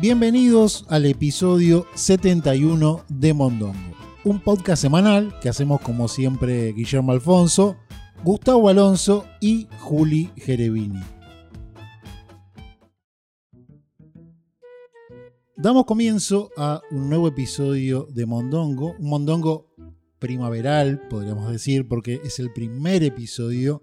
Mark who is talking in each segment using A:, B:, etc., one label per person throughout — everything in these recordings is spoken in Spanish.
A: Bienvenidos al episodio 71 de Mondongo, un podcast semanal que hacemos como siempre Guillermo Alfonso, Gustavo Alonso y Juli Gerevini. Damos comienzo a un nuevo episodio de Mondongo, un Mondongo primaveral, podríamos decir, porque es el primer episodio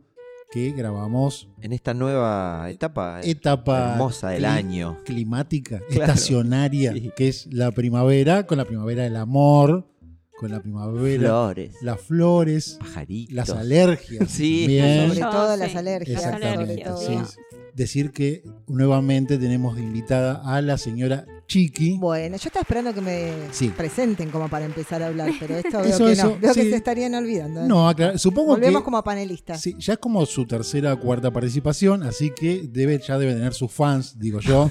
A: que grabamos
B: En esta nueva etapa, eh,
A: etapa
B: hermosa del
A: cli-
B: año.
A: climática,
B: Claro.
A: estacionaria,
B: Sí.
A: que es la primavera, con la primavera del amor, con la primavera,
B: Flores,
A: las flores,
B: pajaritos.
A: las alergias.
B: Sí,
A: también.
C: Sobre
D: Yo,
C: todo
D: sí.
C: las alergias.
A: Exactamente.
C: sobre
A: sí.
C: todo.
A: Decir que nuevamente tenemos de invitada a la señora Chiqui.
C: Bueno, yo estaba esperando que me
A: Sí.
C: presenten como para empezar a hablar, pero esto veo
A: Eso,
C: que
A: eso,
C: no. Veo
A: sí.
C: que se estarían olvidando. ¿eh?
A: No, aclar- supongo
C: Volvemos
A: que
C: como panelistas.
A: sí, ya es como su tercera o cuarta participación, así que debe, ya debe tener sus fans, digo yo.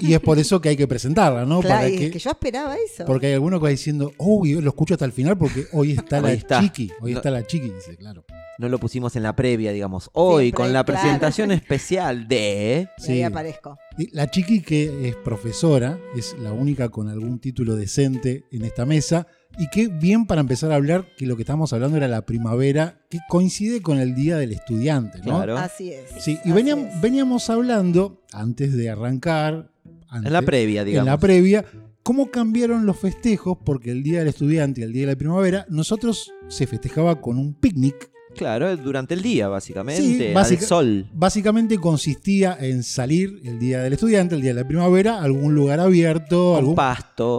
A: y es por eso que hay que presentarla, ¿no?
C: claro,
A: Para
C: y es
A: que-
C: que yo esperaba eso.
A: Porque hay alguno que va diciendo, uy, lo escucho hasta el final porque hoy está
B: Hoy
A: la
B: está.
A: chiqui. Hoy
B: No.
A: está la chiqui, dice, claro.
B: No lo pusimos en la previa, digamos. Hoy,
C: Siempre,
B: con la
C: claro.
B: presentación especial de...
C: Y
A: Sí.
C: ahí aparezco.
A: Y La chiqui que es profesora, es la única con algún título decente en esta mesa. Y qué bien para empezar a hablar que lo que estábamos hablando era la primavera, que coincide con el Día del Estudiante, ¿no?
B: Claro.
C: Así es.
A: Sí, y
C: así
A: veníam-
C: es.
A: veníamos hablando, antes de arrancar,
B: En la
A: antes-
B: previa, digamos.
A: en la previa, cómo cambiaron los festejos, porque el Día del Estudiante y el Día de la Primavera, nosotros se festejaba con un picnic
B: Claro, durante el día, básicamente.
A: Sí,
B: al
A: básica-
B: sol.
A: Básicamente consistía en salir el día del estudiante, el día de la primavera, a algún lugar abierto,
B: Con
A: algún
B: pasto.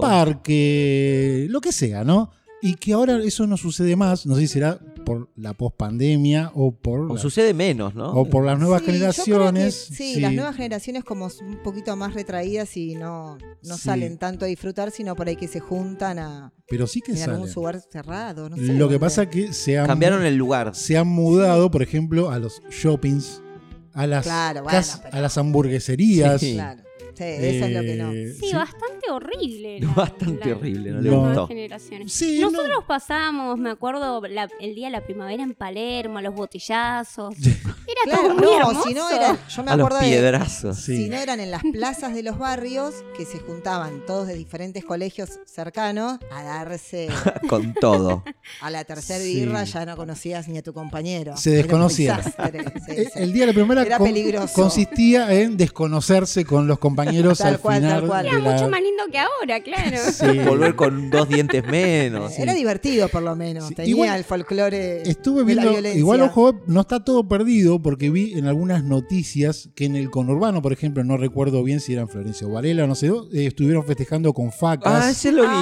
A: parque, lo que sea, ¿no? Y que ahora eso no sucede más, no sé si será por la pospandemia o por,
B: O
A: la-
B: sucede menos, ¿no?
A: o por las nuevas
C: Sí, yo creo que-
A: generaciones.
C: sí,
A: sí.
C: las nuevas generaciones como un poquito más retraídas y no, no
A: Sí.
C: salen tanto a disfrutar, sino por ahí que se juntan a
A: Pero sí que
C: en algún
A: salen.
C: lugar cerrado. No sé
A: Lo que
C: dónde.
A: pasa es que se han,
B: Cambiaron el lugar.
A: se han mudado, por ejemplo, a los shoppings, a las,
C: Claro, bueno,
A: cas-
C: pero-
A: a las hamburgueserías.
B: Sí.
C: Claro. Sí, eso es lo que no.
A: Eh,
D: Sí,
A: sí.
D: bastante horrible. la-
B: Bastante
D: la-
B: horrible, no
D: las
B: le
A: No.
D: nuevas
B: gustó.
D: generaciones.
A: Sí, no-
D: Nosotros pasamos, me acuerdo, la- el día de la primavera en Palermo, a los botellazos. Era
C: Claro,
D: todo Ah, muy
C: no,
D: hermoso.
C: si no eran, yo me
B: A los
C: acuerdo de,
B: piedrazos.
A: Sí.
C: Si no eran en las plazas de los barrios que se juntaban todos de diferentes colegios cercanos a darse
B: Con todo.
C: a la tercera
A: Sí.
C: birra, ya no conocías ni a tu compañero.
A: Se
C: Era un
A: desconocía.
C: desastre, sí,
A: Eh,
C: sí.
A: El día de la primera
C: Era
A: con-
C: peligroso.
A: consistía en desconocerse con los compañeros
C: Tal
A: al
C: cual,
A: final
C: tal cual.
A: de
D: Era
A: la-
D: mucho más lindo que ahora, claro.
A: Sí.
B: Volver con dos dientes menos.
C: Era divertido por lo menos,
A: Sí,
C: tenía
A: igual-
C: el folclore
A: Estuve
C: de la
A: viendo,
C: violencia.
A: igual ojo, no está todo perdido porque vi en algunas noticias que en el conurbano, por ejemplo, no recuerdo bien si eran Florencio Varela o no sé, eh, estuvieron festejando con
B: Ah,
A: facas
B: ese lo vi.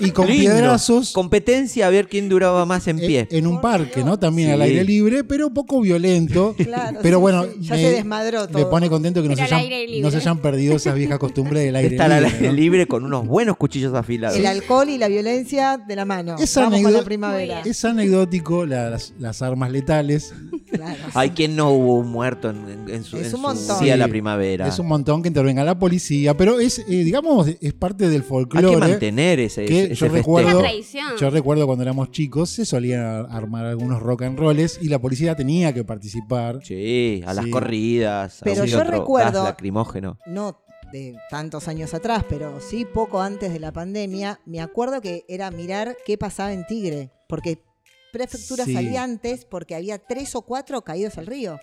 A: y con
B: Lindo.
A: piedrazos
B: Competencia a ver quién duraba más en
A: eh,
B: pie.
A: en un
C: Por
A: parque,
C: Dios.
A: ¿no? También al
B: Sí.
A: aire libre, pero poco violento.
C: Claro,
A: pero
C: sí,
A: bueno,
C: sí. ya
A: me-
C: se desmadró todo.
A: me pone contento que no se,
D: Pero al
A: hayan,
D: aire libre.
A: no se hayan perdido esas viejas costumbres del aire
B: Estar al
A: libre.
B: aire
A: ¿no?
B: libre con unos buenos cuchillos afilados.
C: El alcohol y la violencia de la mano.
A: Esa
C: Vamos con
A: anécdota-
C: la primavera.
A: Es anecdótico la- las, las armas letales.
C: Claro.
B: Hay quien no hubo un muerto en, en- en su,
C: Es
B: en
C: un
B: su
C: montón.
B: día de la
A: Sí,
B: primavera.
A: Es un montón que intervenga la policía, pero es, eh, digamos, es parte del
B: Hay que
A: folclore.
B: mantener ese,
A: que
B: ese
A: yo
B: festejo.
D: Era
A: recuerdo-
D: tradición.
A: Yo recuerdo cuando éramos chicos se solían a- armar algunos rock and rolls y la policía tenía que participar.
B: Sí, a las
A: Sí.
B: corridas. a
C: Pero
B: un
C: yo
B: otro gas
C: recuerdo-
B: lacrimógeno.
C: no de tantos años atrás, pero sí poco antes de la pandemia, me acuerdo que era mirar qué pasaba en Tigre, porque prefectura
A: Sí.
C: salía antes porque había tres o cuatro caídos al río.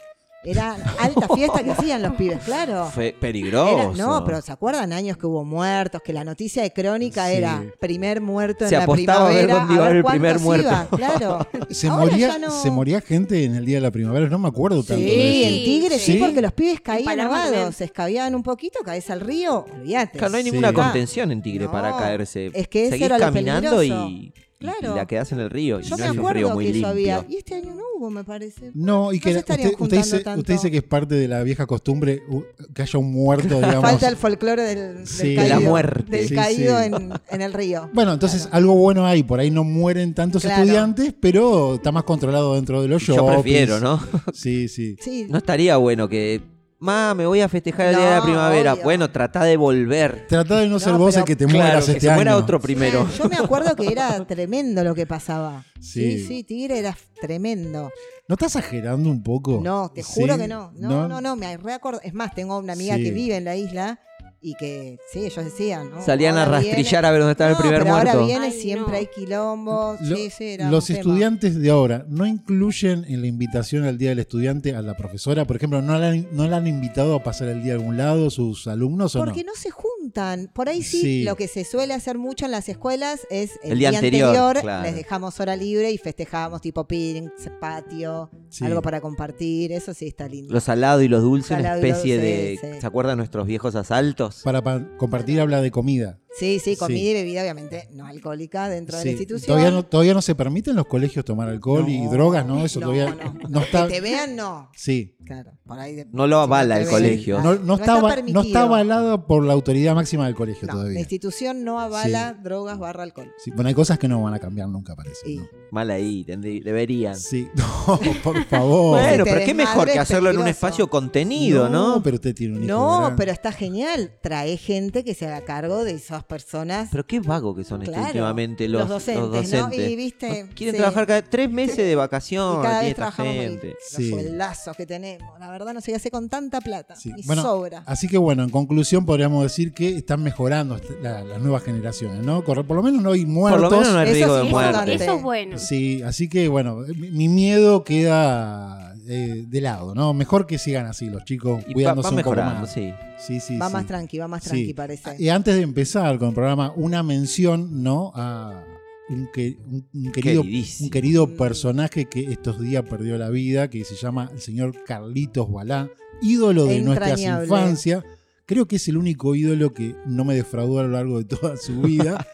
C: Era alta fiesta que hacían los pibes, claro.
B: Fue
C: Oh. Era-
B: peligroso.
C: no, pero ¿se acuerdan años que hubo muertos? Que la noticia de crónica
A: Sí.
C: era primer muerto en
B: Se
C: la
B: apostaba a ver
C: primavera.
B: dónde iba a haber el
C: cuántos
B: primer muerto.
C: iba, claro.
A: Se
C: Ahora
A: moría,
C: ya no.
A: se moría gente en el día de la primavera, no me acuerdo
C: Sí,
A: tanto de eso.
C: en Tigre sí,
A: Sí.
C: porque los pibes caían
D: Palermo también.
C: ahogados, se escabiaban un poquito, caes al río, olvídate.
B: Claro, no hay
A: Sí.
B: ninguna
A: Ah,
B: contención en Tigre
C: no,
B: para caerse.
C: es que eso
B: Seguís
C: era lo
B: caminando y,
C: peligroso.
B: y-
C: Claro.
B: y la quedás en el río. Y
C: Yo
B: no
C: me
B: es un río
C: acuerdo
B: muy
C: que eso
B: limpio.
C: había. Y este año no hubo, me parece.
A: No, y que
C: No se
A: era-
C: estarían
A: usted, usted dice,
C: juntando
A: usted dice
C: tanto.
A: que es parte de la vieja costumbre u- que haya un muerto, digamos.
C: Falta el folclore del, del
A: Sí.
C: caído.
B: De la muerte.
C: Del
A: Sí,
C: caído
A: sí.
C: En, en el río.
A: Bueno, entonces
C: Claro.
A: algo bueno hay, por ahí no mueren tantos
C: Claro.
A: estudiantes, pero está más controlado dentro de los
B: Yo
A: shoppings.
B: prefiero, ¿no?
A: Sí, sí.
C: Sí,
B: No estaría bueno que. Ma, me voy a festejar el día de la
C: No,
B: primavera.
C: obvio.
B: Bueno, tratá de volver.
A: Trata de no, ser
C: No,
A: vos el
C: pero-
A: que te
B: Claro,
A: mueras
B: que
A: este
B: se
A: año.
B: muera otro primero.
C: Eh, yo me acuerdo que era tremendo lo que pasaba.
A: Sí.
C: Sí, sí, Tigre era tremendo.
A: ¿No estás exagerando un poco?
C: No, te
A: Uh, ¿Sí?
C: juro que no. No, no, no, me reacuerdo. Es más, tengo una amiga
A: Sí.
C: que vive en la isla y que, sí, ellos decían, ¿no?
B: Salían a
C: Ahora viene-
B: rastrillar a ver dónde estaba el
C: No,
B: primer
C: pero
B: muerto.
C: Ahora viene,
D: Ay,
C: siempre
D: no.
C: hay quilombo.
A: Lo-
C: sí, sí, era
A: Los
C: un tema.
A: estudiantes de ahora no incluyen en la invitación al Día del Estudiante a la profesora, por ejemplo, no la, han- no la han invitado a pasar el día a algún lado sus alumnos o no.
C: Porque no se juntan. Por ahí sí,
A: Sí.
C: lo que se suele hacer mucho en las escuelas es el,
B: El día anterior, claro.
C: les dejamos hora libre y festejamos tipo pinks, patio,
A: Sí.
C: algo para compartir. Eso sí está lindo.
B: Los salados y los dulces, una
C: Salado y lo
B: especie de.
C: dulce, sí.
B: ¿Se acuerdan nuestros viejos asaltos?
A: Para pa- compartir habla de comida.
C: sí, sí, comida
A: Sí.
C: y bebida, obviamente, no alcohólica dentro de
A: Sí.
C: la institución.
A: Todavía no, todavía no se permite en los colegios tomar alcohol y
C: No,
A: drogas, ¿no? Eso
C: no,
A: todavía
C: no.
A: no está.
C: Que te vean, no.
A: Sí.
C: Claro, por ahí. de-
B: No lo
C: si
B: avala
C: te
B: el
C: ven,
B: colegio.
C: ah,
A: No, no está, va- no
C: permitido.
A: está avalado por la autoridad máxima del colegio
C: No, la
A: todavía.
C: institución no avala drogas barra alcohol.
A: Sí, bueno, hay cosas que no van a cambiar nunca, parece.
C: Y-
A: ¿no?
B: Mal ahí, tendrí- deberían.
A: Sí, no, por favor.
C: Bueno,
B: Bueno, pero
C: si te
B: qué
C: desmadres,
B: mejor que hacerlo en un
C: peligroso.
B: espacio contenido, ¿no? Pero,
A: pero usted tiene un hijo.
C: No,
A: ¿verdad?
C: pero está genial. Trae gente que se haga cargo de esas personas.
B: qué vago que son este,
C: Claro,
B: últimamente los,
C: los docentes,
B: los
C: ¿no?
B: docentes.
C: Y, viste,
B: Quieren
C: sí.
B: trabajar cada tres meses de
C: y
B: vacación. tiene
C: cada vez
B: esta
C: trabajamos con
B: gente.
C: los
A: Sí.
C: sueldazos que tenemos. La verdad no sé qué hacer con tanta plata.
A: Sí.
C: Y
A: Bueno, ah,
C: sobra.
A: Así que bueno, en conclusión podríamos decir que están mejorando est- la- las nuevas generaciones, ¿no? Corre- Por lo menos no hay
B: Por
A: muertos.
B: lo menos no hay
C: Eso
B: riesgo
C: sí
B: de
C: es
B: muerte.
C: importante.
D: Eso es
B: Mm.
D: bueno.
A: Sí, así que bueno, mi, mi miedo queda eh, de lado, ¿no? Mejor que sigan así los chicos,
B: Y va,
A: cuidándose
B: va
A: un poco
B: mejorando,
A: más.
B: sí.
A: Sí, sí,
C: va
A: sí.
C: más tranqui, va más
A: Sí. Ah,
C: tranqui parece.
A: Y antes de empezar con el programa, una mención, ¿no? A un, que- un- un querido,
B: Queridísimo.
A: un querido personaje que estos días perdió la vida, que se llama el señor Carlitos Balá, ídolo de nuestras
C: Entrañable.
A: infancias. Creo que es el único ídolo que no me defraudó a lo largo de toda su vida.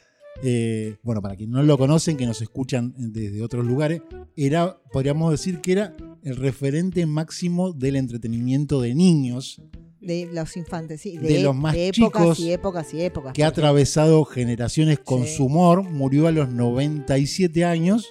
A: Eh, bueno, para quienes no lo conocen, que nos escuchan desde otros lugares, era, podríamos decir que era el referente máximo del entretenimiento de niños
C: de los infantes, sí. De,
A: de los más
C: de épocas
A: chicos
C: y épocas y épocas.
A: que ha atravesado generaciones con
C: Sí.
A: su humor, murió a los 97 años,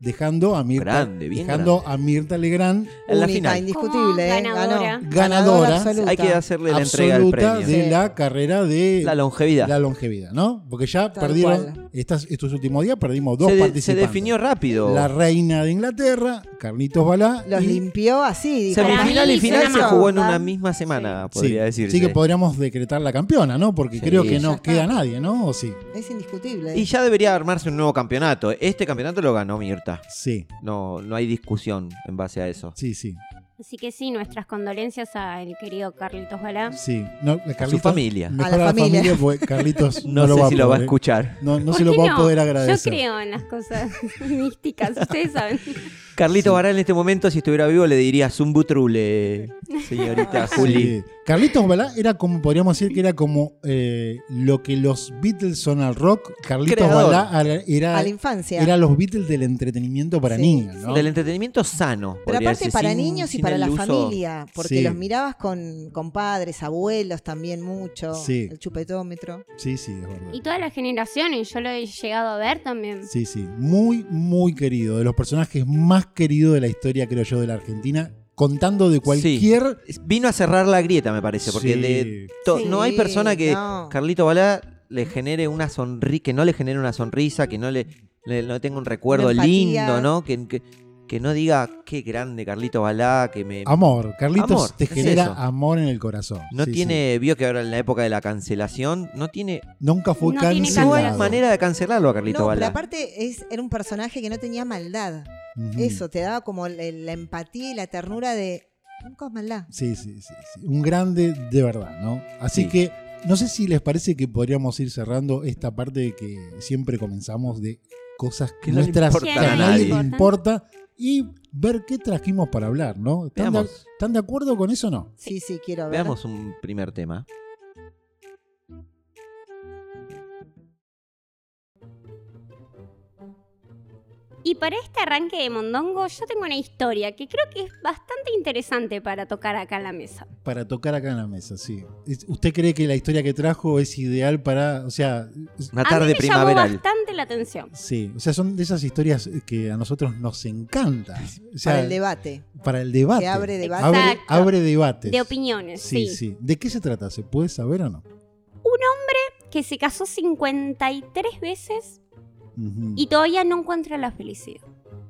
A: dejando a Mirta,
B: Grande, bien
A: dejando a Mirta Legrand
B: En la
C: Única,
B: final.
C: indiscutible.
D: Como
C: eh, ganó.
D: ganadora.
A: Ganadora.
C: absoluta.
B: Hay que hacerle la entrega del
A: absoluta
B: premio.
A: de
C: Sí.
A: la carrera de
B: La longevidad.
A: la longevidad, ¿no? Porque ya
C: Tal
A: perdieron,
C: cual.
A: estas, estos últimos días perdimos dos
B: se, de- se
A: participantes.
B: definió rápido.
A: La reina de Inglaterra, Carlitos Balá.
C: Los
A: y-
C: limpió así. dijo,
D: Para mí
B: Semifinal y
D: hizo
B: final
D: una
B: se jugó en
D: mamba.
B: una misma semana,
A: sí,
B: podría
A: sí,
B: decirse.
A: que podríamos decretar la campeona, ¿no? Porque
B: Sí,
A: creo que
B: ya
A: no
C: está.
A: queda nadie, ¿no? ¿O sí?
C: Es indiscutible.
B: Y ya debería armarse un nuevo campeonato. Este campeonato lo ganó Mirta.
A: Sí,
B: No, no hay discusión en base a eso.
A: sí, sí.
D: Así que sí, nuestras condolencias al querido Carlitos Balá.
A: Sí, no, Carlitos,
B: familia.
A: Mejor
C: A la familia.
A: porque Carlitos
B: No,
A: no, lo
B: sé
A: va
B: si lo va a
A: poder. ¿eh?
B: escuchar.
A: No, no
D: ¿Por
A: se lo
D: qué
A: va a
D: no?
A: poder agradecer.
D: Yo creo en las cosas místicas, ustedes saben.
B: Carlito Varela en este momento, si estuviera vivo, le diría Zumbu Trule, señorita
A: Sí.
B: Juli.
A: Carlitos Balá era como, podríamos decir que era como eh, lo que los Beatles son al rock. Carlitos
B: Creador.
A: Balá al- era,
C: a la infancia.
A: era los Beatles del entretenimiento para
C: Sí,
A: niños, ¿no?
B: Del entretenimiento sano.
C: Pero
B: podría
C: aparte
B: decir,
C: para
B: sin-
C: niños y
B: sin
C: para
B: el
C: la
B: uso-
C: familia, porque
A: Sí.
C: los mirabas con, con padres, abuelos también mucho,
A: Sí.
C: el chupetómetro.
A: Sí, sí, es verdad.
D: Y todas las generaciones, yo lo he llegado a ver también.
A: Sí, sí. Muy, muy querido. De los personajes más queridos de la historia, creo yo, de la Argentina. Contando de cualquier.
B: Vino a cerrar la grieta, me parece, porque
A: Sí.
B: de to-
D: Sí,
B: no hay persona que
C: no.
B: Carlito Balá le genere una sonrisa, que no le genere una sonrisa, que no le, le- no tenga un recuerdo
C: Una empatía.
B: lindo, ¿no? Que, que, que no diga qué grande Carlito Balá, que me,
A: Amor. Carlitos
B: Amor,
A: te
B: es
A: genera
B: eso.
A: amor en el corazón.
B: No
A: Ah, Sí, sí.
B: tiene, vio que ahora en la época de la cancelación, no tiene
A: Nunca fue
D: No tiene
A: cancelado.
D: Igual
B: ninguna manera de cancelarlo a Carlito
C: No, pero
B: Balá.
C: aparte es, era un personaje que no tenía maldad.
A: Ujú.
B: Mm.
C: Eso, te daba como la, la empatía y la ternura de nunca es maldad.
A: Sí, sí, sí, sí. Un grande de verdad, ¿no? Así
B: Sí.
A: que no sé si les parece que podríamos ir cerrando esta parte de que siempre comenzamos de cosas que
B: Que no le
A: nuestras
B: importan
A: que
D: a
A: nadie le
D: nadie.
A: importa y ver qué trajimos para hablar, ¿no? ¿Están, de,
B: Veamos,
A: están de acuerdo con eso o no?
C: Sí, sí, quiero ver.
B: veamos un primer tema.
D: Y para este arranque de Mondongo, yo tengo una historia que creo que es bastante interesante para tocar acá en la mesa.
A: Para tocar acá en la mesa, sí. Es- ¿Usted cree que la historia que trajo es ideal para, o sea, es-
B: Una
D: A mí
B: tarde
D: me llamó
B: primaveral.
D: bastante la atención.
A: sí, o sea, son de esas historias que a nosotros nos encantan. O sea,
C: para el debate.
A: para el debate.
C: Que abre debate.
A: Abre,
D: Exacto.
A: abre debates.
D: De opiniones,
A: Sí,
D: sí,
A: sí, ¿De qué se trata? ¿Se puede saber o no?
D: Que se casó 53 veces
A: Ujú.
D: y todavía no encuentra la felicidad.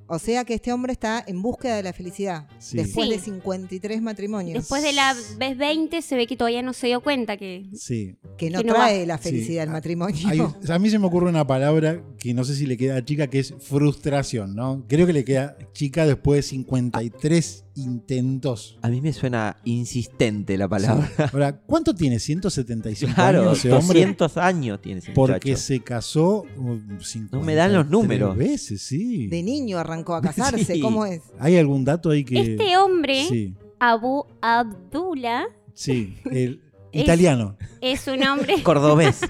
C: O sea que este hombre está en búsqueda de la felicidad.
A: Sí.
C: Después
D: Sí.
C: de 53 matrimonios.
D: Después de la vez 20 se ve que todavía no se dio cuenta que,
A: Sí,
C: que no
D: Que no
C: trae la
A: Sí,
C: felicidad
B: Ah,
C: al
A: a-
C: matrimonio.
A: Hay- a mí se me ocurre una palabra que no sé si le queda a chica, que es frustración, ¿no? Creo que le queda chica después de 53 intentos.
B: A mí me suena insistente la palabra.
A: Ahora, ¿cuánto tiene? 175
B: Claro,
A: años ese hombre.
B: 200 años tiene ese
A: Porque
B: muchacho.
A: se casó um, 53
B: No me dan los números.
A: veces, sí.
C: De niño arrancó a casarse,
B: Sí.
C: ¿cómo es?
A: ¿Hay algún dato ahí que...?
D: Este hombre,
A: Sí,
D: Abu Abdullah,
A: sí. El
D: Es-
A: italiano.
D: es un hombre,
B: Cordobés.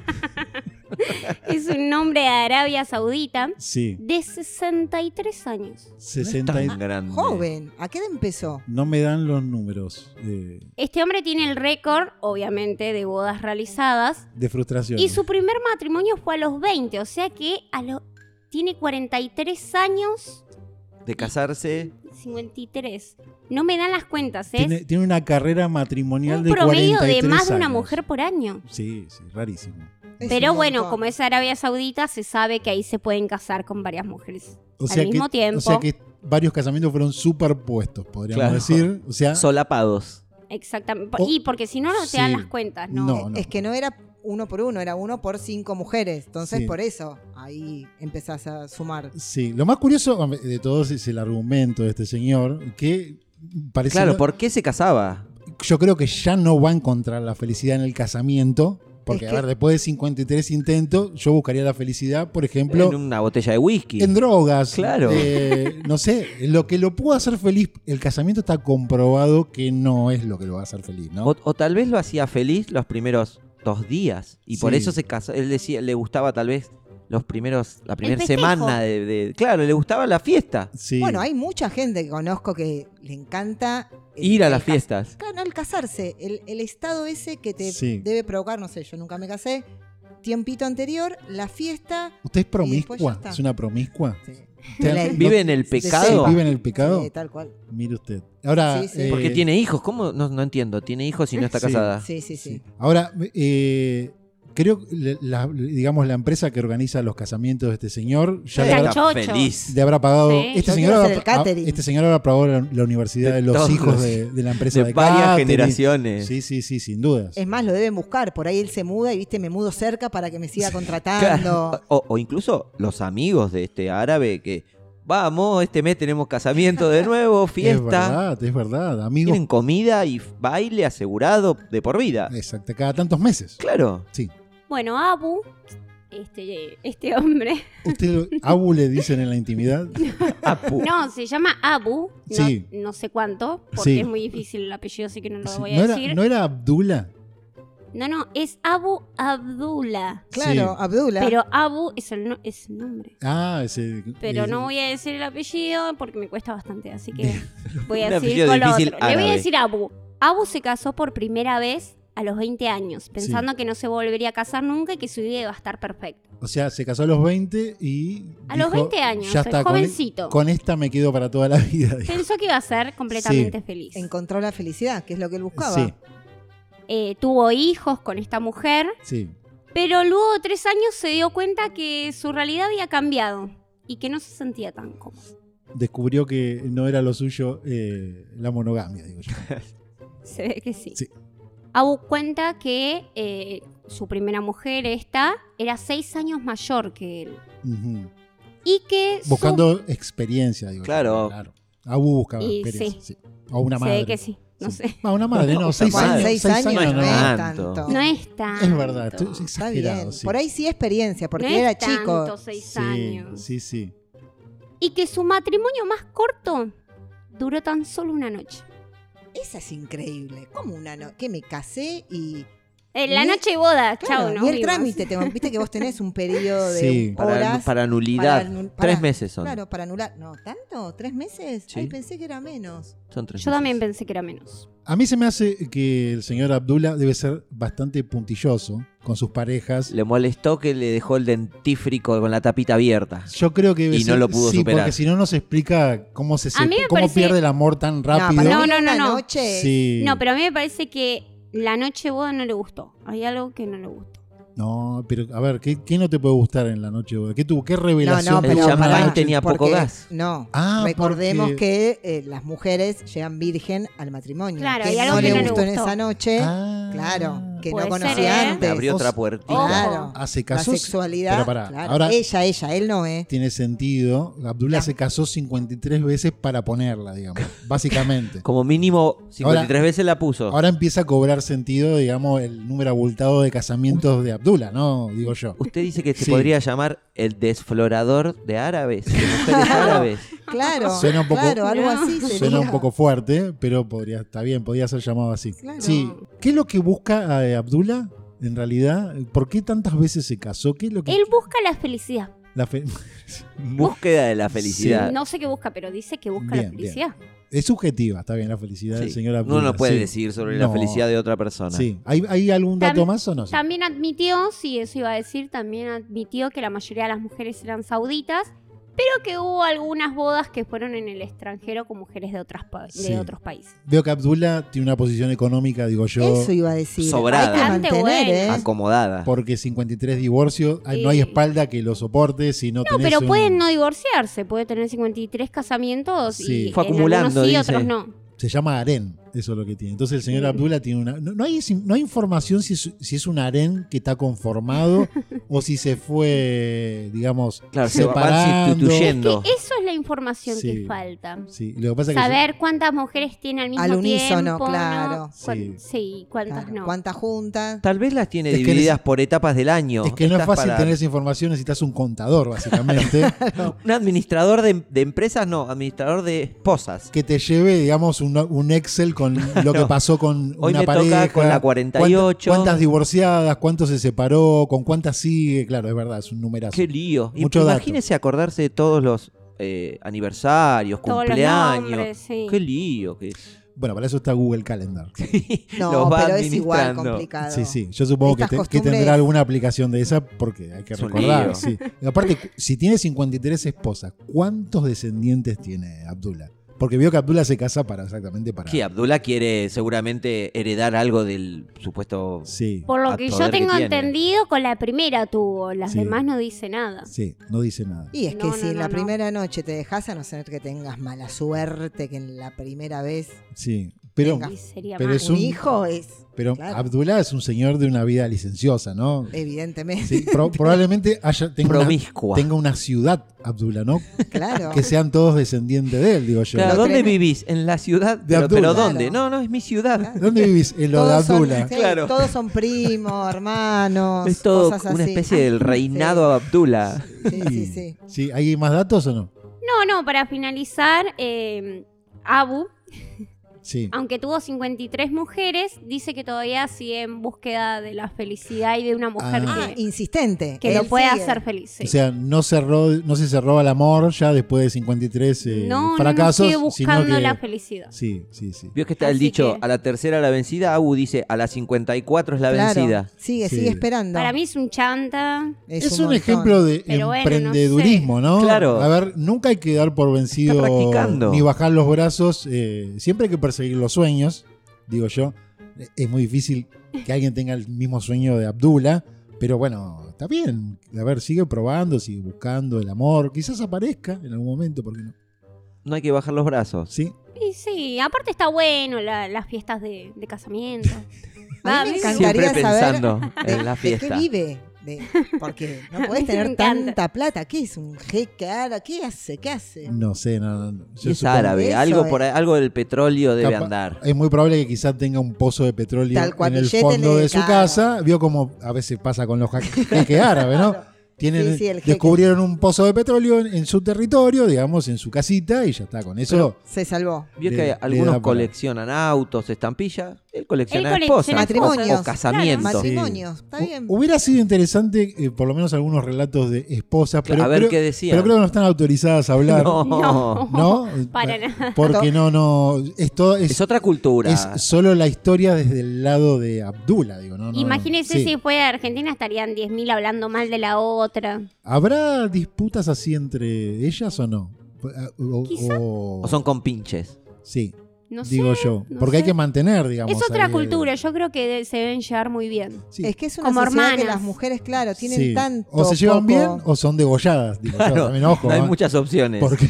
D: es un hombre de Arabia Saudita
A: Sí.
D: de 63 años.
B: No es
A: 60...
B: tan grande.
C: Joven, ¿a qué edad empezó?
A: No me dan los números eh,
D: Este hombre tiene el récord, obviamente, de bodas realizadas.
A: de frustración.
D: Y su primer matrimonio fue a los 20, o sea que a los tiene 43 años,
B: De casarse.
D: 53. No me dan las cuentas, ¿eh? es
A: tiene, tiene una carrera matrimonial
D: un
A: de
D: promedio
A: 43
D: de más de una
A: años.
D: mujer por año.
A: Sí, sí, rarísimo.
C: Es
D: Pero
C: un
D: bueno,
C: montón.
D: como es Arabia Saudita, se sabe que ahí se pueden casar con varias mujeres.
A: O sea
D: mismo
A: que,
D: tiempo.
A: O sea que varios casamientos fueron superpuestos, podríamos
B: Claro.
A: decir. O sea,
B: Solapados.
D: Exactamente.
A: Oh,
D: y porque si no, no te dan
A: sí.
D: las cuentas, ¿no?
A: No.
C: Eh, Es que no era uno por uno, era uno por cinco mujeres. Entonces,
A: Sí.
C: por eso ahí empezás a sumar.
A: sí. Lo más curioso de todo es el argumento de este señor, que parece.
B: Claro,
A: no-
B: ¿por qué se casaba?
A: Yo creo que ya no va a encontrar la felicidad en el casamiento. Porque,
C: Es
A: a
C: que-
A: ver, después de 53 intentos, yo buscaría la felicidad, por ejemplo,
B: En una botella de whisky.
A: En drogas.
B: Claro.
A: eh, no sé, lo que lo pudo hacer feliz, el casamiento está comprobado que no es lo que lo va a hacer feliz, ¿no?
B: O, o tal vez lo hacía feliz los primeros dos días. Y por
A: Sí.
B: eso se casó. Él decía, le gustaba tal vez los primeros, la primera
D: festejo.
B: semana de, de- Claro, le gustaba la fiesta.
A: Sí.
C: Bueno, hay mucha gente que conozco que le encanta el-
B: Ir a
C: el
B: las
C: cas-
B: fiestas.
C: Claro, no, el casarse, el, el estado ese que te
A: Sí.
C: debe provocar, no sé, yo nunca me casé, tiempito anterior, la fiesta,
A: ¿Usted es
C: Y después ya
A: promiscua?
C: está.
A: ¿Es una promiscua?
C: sí,
A: ¿Usted
C: La-
A: no-
B: Vive en el pecado.
A: ¿Vive en el pecado?
C: sí, tal cual.
A: Mire usted. Ahora.
C: Sí, sí.
B: Porque
A: eh,
B: tiene hijos. ¿Cómo? No, no entiendo. Tiene hijos y no está
A: Sí.
B: casada.
C: Sí, sí, sí.
A: sí. Ahora, eh, creo, que la- la- digamos, la empresa que organiza los casamientos de este señor ya le
D: Está
A: habrá,
D: Chancho. chocho.
B: feliz.
A: le habrá pagado.
D: Sí.
A: Este,
C: Yo
A: señor
C: quiero
A: habrá,
C: hacer el catering.
A: este señor habrá pagado la, la universidad
B: De
A: de los
B: todos.
A: hijos de, de la empresa
B: De
A: de,
B: varias
A: catering.
B: generaciones.
A: Sí, sí, sí, sin dudas.
C: Es más, lo deben buscar, por ahí él se muda y, viste, me mudo cerca para que me siga contratando.
B: Claro. O, o incluso los amigos de este árabe que, vamos, este mes tenemos casamiento de nuevo,
A: Es
B: fiesta,
A: verdad, es verdad. Amigos
B: tienen comida y baile asegurado de por vida.
A: Exacto, cada tantos meses.
B: Claro.
D: Bueno, Abu, este, este hombre,
A: ¿Usted lo- Abu le dicen en la intimidad?
B: Apu.
D: no, se llama Abu, no,
A: Sí.
D: no sé cuánto, porque
A: Sí.
D: es muy difícil el apellido, así que no lo
A: Sí,
D: voy a
A: ¿No,
D: decir.
A: era, ¿No era Abdullah?
D: No, no, es Abu Abdullah.
C: Claro,
A: Sí.
C: Abdullah.
D: Pero Abu es el, no- es el nombre.
A: Ah, ese.
D: Pero
A: eh,
D: no voy a decir el apellido porque me cuesta bastante, así que voy
B: Un
D: a decir
B: apellido
D: con lo
B: difícil
D: otro. Le voy
B: árabe.
D: a decir Abu. Abu se casó por primera vez a los 20 años, pensando que no se volvería a casar nunca y que su vida iba a estar perfecta.
A: O sea, se casó a los 20 y.
D: A los 20 años,
A: ya está, con- e-".
D: jovencito.
A: Con, esta me quedo para toda la vida. dijo.
D: Pensó que iba a ser completamente feliz.
C: Encontró la felicidad, que es lo que él buscaba.
A: Sí,
D: Eh, tuvo hijos con esta mujer,
A: sí.
D: pero luego de tres años se dio cuenta que su realidad había cambiado y que no se sentía tan cómodo.
A: Descubrió que no era lo suyo eh, la monogamia, digo yo.
D: Se ve que sí.
A: Sí.
D: Abu cuenta que eh, su primera mujer, esta, era seis años mayor que él.
A: Ujú.
D: Y que su-
A: Buscando experiencia, digo yo.
B: Claro.
A: Abu buscaba
D: Y
A: experiencia. sí. O una
D: se
A: madre.
D: ve que sí. No
A: Sí.
D: sé.
A: Ah, una madre, no,
B: Una
A: seis
C: Bueno,
A: años.
B: madre.
C: seis, años, no, es tanto.
D: No es tan.
A: Es verdad, estoy
C: Está
A: exagerado.
C: bien.
A: sí.
C: Por ahí sí experiencia, porque
D: no
C: era
D: es tanto,
C: chico.
D: seis
A: Sí,
D: años.
A: Sí, sí.
D: Y que su matrimonio más corto duró tan solo una noche.
C: Esa es increíble. Como una no que me casé y.
D: Eh, la
C: Ni-
D: noche de boda,
C: Claro,
D: chao, ¿no?
C: y el
D: vimos.
C: trámite, tengo- viste que vos tenés un periodo de
A: Sí.
B: Para,
C: horas.
B: para nulidad.
C: para anul- para-
B: Tres meses son.
C: Claro, para anular. No, ¿tanto? ¿Tres meses?
B: Sí.
C: Ay, pensé que era menos.
B: Son tres
D: Yo también
B: meses.
D: pensé que era menos.
A: A mí se me hace que el señor Abdullah debe ser bastante puntilloso con sus parejas.
B: Le molestó que le dejó el dentífrico con la tapita abierta.
A: Yo creo que debe
B: Y no
A: ser-
B: lo pudo
A: sí,
B: superar.
A: porque si no nos explica cómo se,
D: A mí me
A: cómo
D: parece-
A: pierde el amor tan rápido.
C: para
D: No,
C: mí
D: no,
C: una
D: no, no.
C: noche es-
A: Sí.
D: No, pero a mí me parece que la noche de boda no le gustó. Hay algo que no le gustó.
A: No, pero a ver, ¿qué, qué no te puede gustar en la noche? ¿Qué tuvo? ¿Qué revelación?
C: No, no,
B: El
C: pero
A: tuvo?
B: champán
C: pará,
B: tenía poco
C: porque-
B: gas.
C: No.
A: Ah,
C: Recordemos
A: porque-
C: que eh, las mujeres llegan virgen al matrimonio.
D: Claro,
C: Que
D: hay algo
C: no
A: que
C: le
A: no le
C: gustó en
D: gustó.
C: esa noche.
A: Ah,
C: Claro. que
D: Puede
C: no conocía
D: ser, ¿eh?
B: Me
C: antes.
B: abrió
A: Vos-
B: otra puertita.
C: Claro.
A: Hace
C: La
A: casos.
C: sexualidad.
A: Pero pará,
C: claro.
A: ahora
C: Ella, ella, él no, ¿eh?
A: tiene sentido. Abdullah
C: Ya.
A: se casó 53 veces para ponerla, digamos, básicamente.
B: Como mínimo 53 veces la puso.
A: Ahora empieza a cobrar sentido, digamos, el número abultado de casamientos de Abdullah, ¿no? Digo yo.
B: Usted dice que se
A: Sí.
B: podría llamar el desflorador de árabes, de mujeres árabes.
C: Claro.
A: Suena un poco-
C: Claro, algo
D: No.
C: así sería.
A: Suena un poco fuerte, pero podría, está bien, podría ser llamado así.
C: Claro.
A: Sí. ¿Qué es lo que busca eh, Abdullah? En realidad, ¿por qué tantas veces se casó? ¿Qué es lo que
D: Él busca la felicidad.
A: la fe-
B: Búsqueda de la felicidad.
D: No sé qué busca, pero dice que busca la
A: Bien, bien.
D: felicidad.
A: es subjetiva? Está bien la felicidad
B: Sí.
A: del señor Abdullah.
B: Uno no puede
A: sí.
B: decir sobre
A: No.
B: la felicidad de otra persona.
A: Sí. ¿Hay, hay algún dato
D: Tam-
A: más o no? Sí.
D: También admitió, sí, eso iba a decir, también admitió que la mayoría de las mujeres eran sauditas, pero que hubo algunas bodas que fueron en el extranjero con mujeres de, otras pa- de
A: Sí.
D: otros países.
A: Veo que Abdullah tiene una posición económica, digo yo,
C: Eso iba a decir.
B: Sobrada.
C: Hay que
D: Bastante
C: mantener,
D: bueno.
C: ¿eh?
B: Acomodada.
A: porque 53 divorcios, ay, no hay
D: Sí.
A: espalda que lo soporte si no
D: No,
A: tenés
D: pero
A: un-
D: pueden no divorciarse, puede tener 53 casamientos
A: Sí.
D: y
B: Fue
D: en
B: acumulando,
D: algunos sí,
B: dice.
D: otros no.
A: Se llama harén, eso es lo que tiene. Entonces el señor Abdullah tiene una... No, no hay, no hay información si es, si es un harén que está conformado o si se fue, digamos,
B: Claro, se van
A: separando.
B: sustituyendo.
D: Eso es la información
A: Sí.
D: que falta.
A: Sí, lo que pasa es que...
D: Saber cuántas mujeres tiene al mismo
C: Al unísono,
D: tiempo, ¿no?
C: claro.
D: Cuán-
A: Sí.
D: sí, cuántas
C: Claro.
D: no.
C: ¿Cuántas juntas?
B: Tal vez las tiene
A: Es que
B: divididas por etapas del año.
A: Es que no es
B: Estas
A: fácil
B: para-
A: tener esa información, necesitas un contador, básicamente,
B: Un administrador de, de empresas, no, administrador de esposas.
A: que te lleve, digamos, un, un Excel con lo que
B: Claro.
A: pasó con
B: Hoy
A: una
B: me
A: pareja.
B: toca con la 48.
A: ¿Cuántas, cuántas divorciadas? ¿Cuántos se separó? ¿Con cuántas sigue? Claro, es verdad, es un numerazo.
B: Qué lío. Y-
A: Mucho dato.
B: Imagínese acordarse de todos los eh, aniversarios,
D: Todos los
B: cumpleaños.
D: nombres, sí.
B: Qué lío que es.
A: Bueno, para eso está Google Calendar.
C: No,
B: Los va
C: pero es igual
B: administrando.
C: complicado.
A: Sí, sí. Yo supongo que, te-
C: Estas
A: que
C: costumbres-
A: tendrá alguna aplicación de esa porque hay que
B: Es un
A: recordar.
B: lío.
A: Sí. Y aparte, cu- si tiene 53 esposas, ¿cuántos descendientes tiene Abdullah? Porque vio que Abdullah se casa para exactamente para.
B: Sí, Abdullah quiere seguramente heredar algo del supuesto.
A: Sí,
D: Por lo
B: a
D: que
B: todo
D: yo
B: ver que
D: tengo
B: tiene.
D: entendido, con la primera tuvo, las
A: Sí.
D: demás no dice nada.
A: sí, no dice nada.
C: Y es que
D: No,
C: si
D: no,
C: en
D: no,
C: la
D: no.
C: primera noche te dejas, a no ser que tengas mala suerte, que en la primera vez
A: Sí. Pero,
C: Venga.
D: Y sería
A: Pero
D: más.
A: Es
C: un,
A: un-
C: hijo es,
A: pero
C: Claro.
A: Abdullah es un señor de una vida licenciosa, ¿no?
C: evidentemente,
A: Sí, pro- probablemente haya, tenga, una,
B: Promiscua.
A: tenga una ciudad, Abdullah, ¿no?
C: claro.
A: Que sean todos descendientes de él, digo yo.
B: Claro,
C: Lo
B: ¿dónde
C: creen-
B: vivís? En la ciudad.
A: De
B: pero, pero
A: Abdullah.
B: ¿dónde?
C: Claro.
B: No, no, es mi ciudad.
A: ¿Dónde vivís? En lo de
C: todos, son,
A: Abdullah.
C: sí,
B: Claro.
C: todos son primos, hermanos,
B: Es todo
C: cosas así.
B: una especie del reinado a Abdullah.
C: Sí, sí, sí.
A: Sí, ¿Hay más datos o no?
D: No, no, para finalizar, eh, Abu,
A: Sí.
D: aunque tuvo 53 mujeres, dice que todavía sigue en búsqueda de la felicidad y de una mujer
A: Ah.
D: que,
C: Insistente.
D: que lo
C: Él
D: pueda
C: sigue.
D: hacer feliz. sí.
A: O sea, no cerró, no se cerró al amor ya después de 53 eh,
D: no, no, no,
A: fracasos,
D: sigue buscando
A: sino que-
D: la felicidad.
A: Sí, sí, sí.
B: Vio que está el
D: Así
B: dicho,
D: que-
B: a la tercera la vencida, Abu dice, a la 54 es la
C: Claro,
B: vencida.
C: Sigue,
A: Sí.
C: sigue esperando.
D: Para mí es un chanta.
A: Es, un,
C: montón.
A: ejemplo de
D: Pero bueno, no
A: emprendedurismo, no,
B: Claro.
A: A ver, nunca hay que dar por vencido
B: Está practicando.
A: ni bajar los brazos. eh, siempre hay que perseguir los sueños, digo yo. Eh, Es muy difícil que alguien tenga el mismo sueño de Abdullah, pero bueno, está bien. A ver, sigue probando, sigue buscando el amor. Quizás aparezca en algún momento, ¿por qué no?
B: No hay que bajar los brazos.
A: Sí,
D: Y sí, aparte está bueno la- las fiestas de, de casamiento. Ah, Va,
C: A mí me
D: gusta.
C: encantaría
B: Siempre
C: saber
B: pensando
C: de-
B: en la
C: ¿De
B: fiesta.
C: qué vive? De- porque no
D: A mí
C: podés
D: me
C: tener
D: encanta.
C: tanta plata. ¿Qué es un jeque árabe? ¿Qué hace? ¿Qué hace?
A: no sé, no, no, no. Yo
B: Y es
A: supongo-
B: árabe,
C: eso eh.
B: algo,
C: es.
B: por, ahí- algo del petróleo debe
A: Capa-
B: andar.
A: Es muy probable que quizás tenga un pozo de petróleo
C: Tal cual,
A: en el
C: billete
A: fondo
C: le-
A: de su
C: claro.
A: casa. Vio como a veces pasa con los ja- jeques árabes, ¿no?
C: Claro.
A: Tienen,
C: Sí, sí, el jeque.
A: descubrieron un pozo de petróleo en, en su territorio, digamos, en su casita, y ya está. Con eso,
C: Se salvó.
B: Vio
A: le-
B: que
A: le da
B: hay- algunos
A: para-
B: coleccionan autos, estampillas, él colecciona
D: Él
B: esposas.
D: colecciona
C: esposas.
B: o- O, casamientos.
A: Claro,
C: Matrimonio. Está
A: hu-
C: bien.
A: hubiera sido interesante, eh, por lo menos, algunos relatos de esposas, pero,
B: a ver
A: creo,
B: qué decía.
A: pero creo que no están autorizadas a hablar.
B: No.
D: No.
A: ¿No?
D: Para nada.
A: Porque no, no. Esto es,
B: Es otra cultura.
A: es solo la historia desde el lado de Abdullah, digo. No, no, no.
D: Imagínense
A: Sí.
D: si fuera Argentina, estarían 10.000 hablando mal de la otra.
A: ¿Habrá disputas así entre ellas o no? O, o-
D: Quizá.
A: o-
B: O son compinches.
A: Sí.
D: No sé,
A: digo yo.
D: no
A: Porque hay
D: sé.
A: que mantener, digamos.
D: es otra
A: ahí eh, el-
D: cultura, yo creo que de- se deben llevar muy bien.
A: Sí,
C: Es que es una
D: Como
C: sociedad que
D: hermanas.
C: las mujeres, claro, tienen
A: sí.
C: tanto.
A: O se llevan
C: poco-
A: bien o son degolladas. Digo, yo,
B: Claro,
A: también, ojo,
B: no hay
A: ¿eh?
B: muchas opciones.
A: Porque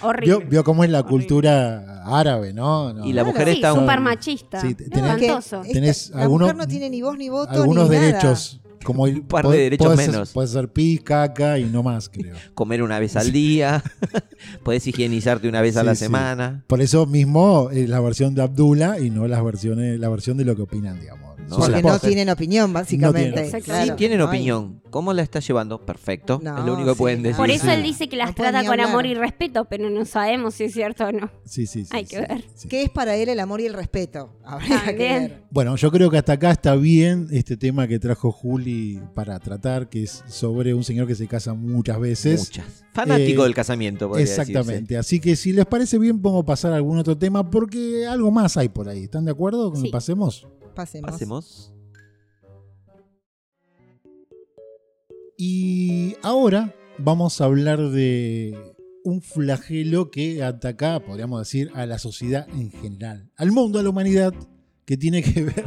D: Horrible.
A: vio, vio cómo es la
D: Horrible.
A: cultura árabe, ¿no? No.
B: Y la
C: Claro,
B: mujer
D: sí,
B: está un-
D: súper machista.
A: Sí, te-
D: No,
A: tenés-
C: Porque
D: espantoso.
C: esta-
A: tenés
C: la
A: algunos-
C: mujer no tiene ni voz ni voto.
A: algunos
C: ni nada.
A: derechos. Como el-
B: Un par de
A: pod-
B: derechos
A: podés ser-
B: menos.
A: Podés ser pis, caca y no más, creo.
B: comer una vez al día, podés higienizarte una vez a
A: Sí,
B: la
A: sí.
B: semana.
A: Por eso mismo es la versión de Abdullah y no las versiones, la versión de lo que opinan, digamos.
B: No,
A: Sus
C: Porque
B: las
C: no
A: esposas.
C: tienen opinión, básicamente.
A: tienen.
D: Sí,
B: Sí,
C: Claro,
B: tienen
C: no hay.
B: opinión. ¿Cómo la estás llevando? Perfecto.
C: No,
B: es lo único que
C: sí,
B: pueden
C: no.
B: decir.
D: Por eso
A: sí.
D: él dice que las
C: No pueden
D: trata
C: ni
D: con amor
C: hablar.
D: y respeto, pero no sabemos si es cierto o no.
A: Sí, sí, sí,
D: Hay
A: sí,
D: que ver.
A: sí.
C: Que es para él el amor y el respeto. Habría que
D: También.
C: ver.
A: Bueno, yo creo que hasta acá está bien este tema que trajo Juli para tratar, que es sobre un señor que se casa muchas veces.
B: Muchas. Fanático
A: Eh,
B: del casamiento, podría
A: Exactamente. Así que si les parece bien, pongo pasar a algún otro tema porque algo más hay por ahí. ¿Están de acuerdo con que
D: Sí.
A: pasemos?
C: Pasemos.
B: decirse. Pasemos.
A: Y ahora vamos a hablar de un flagelo que ataca, podríamos decir, a la sociedad en general, al mundo, a la humanidad, que tiene que ver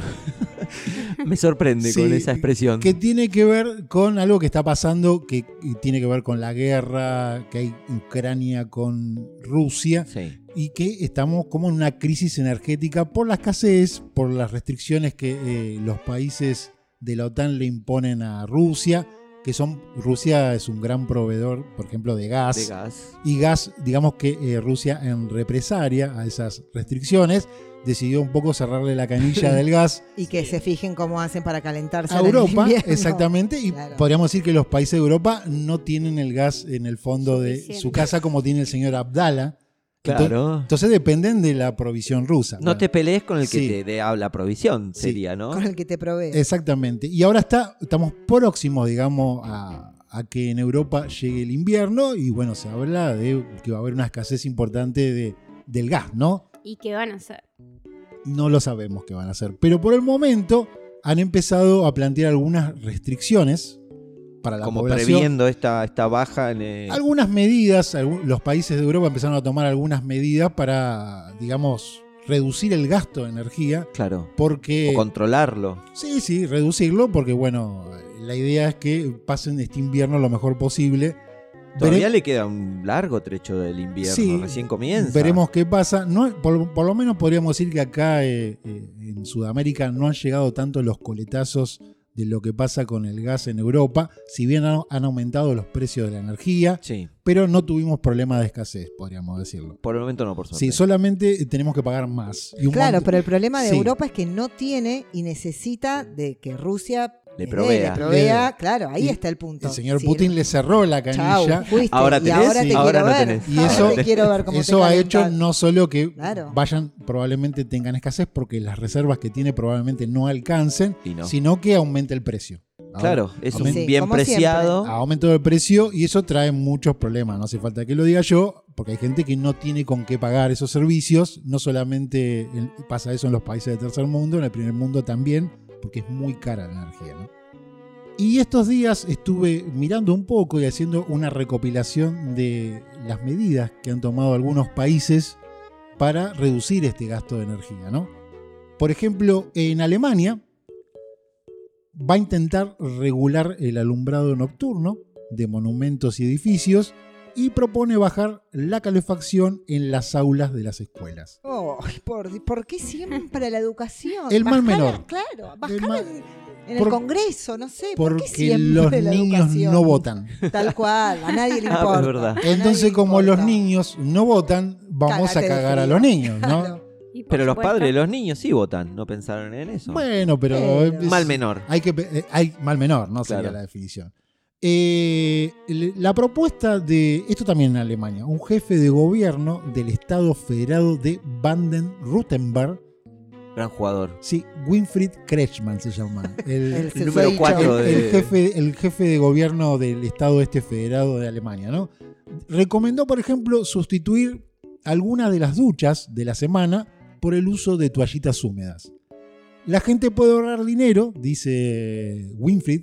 B: Me sorprende
A: Sí,
B: con esa expresión.
A: que tiene que ver con algo que está pasando, que tiene que ver con la guerra que hay en Ucrania con Rusia
B: Sí.
A: y que estamos como en una crisis energética por la escasez, por las restricciones que eh, los países de la OTAN le imponen a Rusia, que son Rusia es un gran proveedor, por ejemplo, de gas.
B: De gas.
A: Y gas, digamos que eh, Rusia en represaria a esas restricciones, decidió un poco cerrarle la canilla del gas
C: Y que se fijen cómo hacen para calentarse.
A: a
C: en el
A: Europa,
C: invierno.
A: exactamente, y
C: Claro.
A: podríamos decir que los países de Europa no tienen el gas en el fondo de
D: Suficiente.
A: su casa como tiene el señor Abdala. Entonces,
B: Claro.
A: entonces dependen de la provisión rusa.
B: No te pelees con el que
A: Sí.
B: te dé habla provisión,
A: Sí.
B: sería, ¿no?
C: Con el que te provee.
A: Exactamente. Y ahora está, estamos próximos, digamos, a, a que en Europa llegue el invierno y bueno, se habla de que va a haber una escasez importante de, del gas, ¿no?
D: ¿Y qué van a hacer?
A: No lo sabemos qué van a hacer. Pero por el momento han empezado a plantear algunas restricciones para la
B: Como
A: población.
B: previendo esta, esta baja en. eh,
A: algunas medidas, algún- los países de Europa empezaron a tomar algunas medidas para, digamos, reducir el gasto de energía,
B: Claro.
A: porque...
B: o controlarlo.
A: Sí, sí, reducirlo, porque bueno, la idea es que pasen este invierno lo mejor posible.
B: Todavía
A: Vere-
B: le queda un largo trecho del invierno.
A: Sí,
B: recién comienza.
A: Veremos qué pasa. No, por, por lo menos podríamos decir que acá eh, eh, en Sudamérica no han llegado tanto los coletazos de lo que pasa con el gas en Europa, si bien han- han aumentado los precios de la energía,
B: Sí.
A: pero no tuvimos problema de escasez, podríamos decirlo.
B: Por el momento no, por suerte.
A: Sí, solamente tenemos que pagar más. Y un
C: Claro,
A: montón-
C: pero el problema de
A: Sí.
C: Europa es que no tiene y necesita de que Rusia
B: Le
C: dé,
B: provea.
C: le provea.
A: Le-
C: claro, ahí
A: y
C: está el punto.
A: el señor
C: Sí,
A: Putin le cerró la
C: Chau,
A: canilla.
C: fuiste,
B: Ahora
C: y
B: tenés,
C: ahora te
B: sí. ahora
C: quiero
B: no
C: ver.
B: tenés.
A: Y
C: Ahora
A: eso-
C: te quiero ver cómo te
A: Eso ha hecho
C: calentás.
A: no solo que
C: Claro.
A: vayan, probablemente tengan escasez porque las reservas que tiene probablemente no alcancen,
B: Y no.
A: sino que aumente el precio. Ahora,
B: Claro, es un
A: Sí,
C: sí,
B: bien
C: como siempre.
B: preciado.
A: ha aumentado el precio y eso trae muchos problemas. No hace falta que lo diga yo, porque hay gente que no tiene con qué pagar esos servicios. No solamente el- pasa eso en los países del tercer mundo, en el primer mundo también, porque es muy cara la energía. ¿no? Y estos días estuve mirando un poco y haciendo una recopilación de las medidas que han tomado algunos países para reducir este gasto de energía. ¿no? Por ejemplo, en Alemania, va a intentar regular el alumbrado nocturno de monumentos y edificios y propone bajar la calefacción en las aulas de las escuelas.
C: Oh, por, ¿por qué siempre la educación?
A: El mal
C: Bajala,
A: menor.
C: Claro,
A: El
C: bajala
A: mal-
C: en, en
A: por-
C: el Congreso, no sé. ¿por qué
A: Porque
C: siempre
A: los
C: la
A: niños
C: educación?
A: no votan.
C: Tal cual, a nadie le
B: Ah, es
C: importa.
B: verdad.
C: a nadie
A: Entonces,
C: le
A: como los
C: importa.
A: niños no votan, vamos
C: Cágate de
A: a cagar a
C: frío.
A: los niños, ¿no?
C: Claro.
D: Y por
B: Pero los
D: supuesto,
B: padres, los niños sí votan, no pensaron en eso.
A: Bueno, pero
C: Pero-
A: es-
B: Mal menor.
A: Hay que pe- eh, hay mal menor, no sería
B: Claro.
A: la definición. Eh, le- la propuesta de esto también en Alemania, un jefe de gobierno del Estado Federado de Baden-Württemberg,
B: Gran jugador.
A: sí, Winfried Kretschmann se llama, el,
C: El
B: El número
C: susodicho.
B: 4
A: el- el
B: de.
A: jefe, el jefe de gobierno del Estado este federado de Alemania, ¿no? Recomendó, por ejemplo, sustituir algunas de las duchas de la semana por el uso de toallitas húmedas. La gente puede ahorrar dinero, dice Winfried,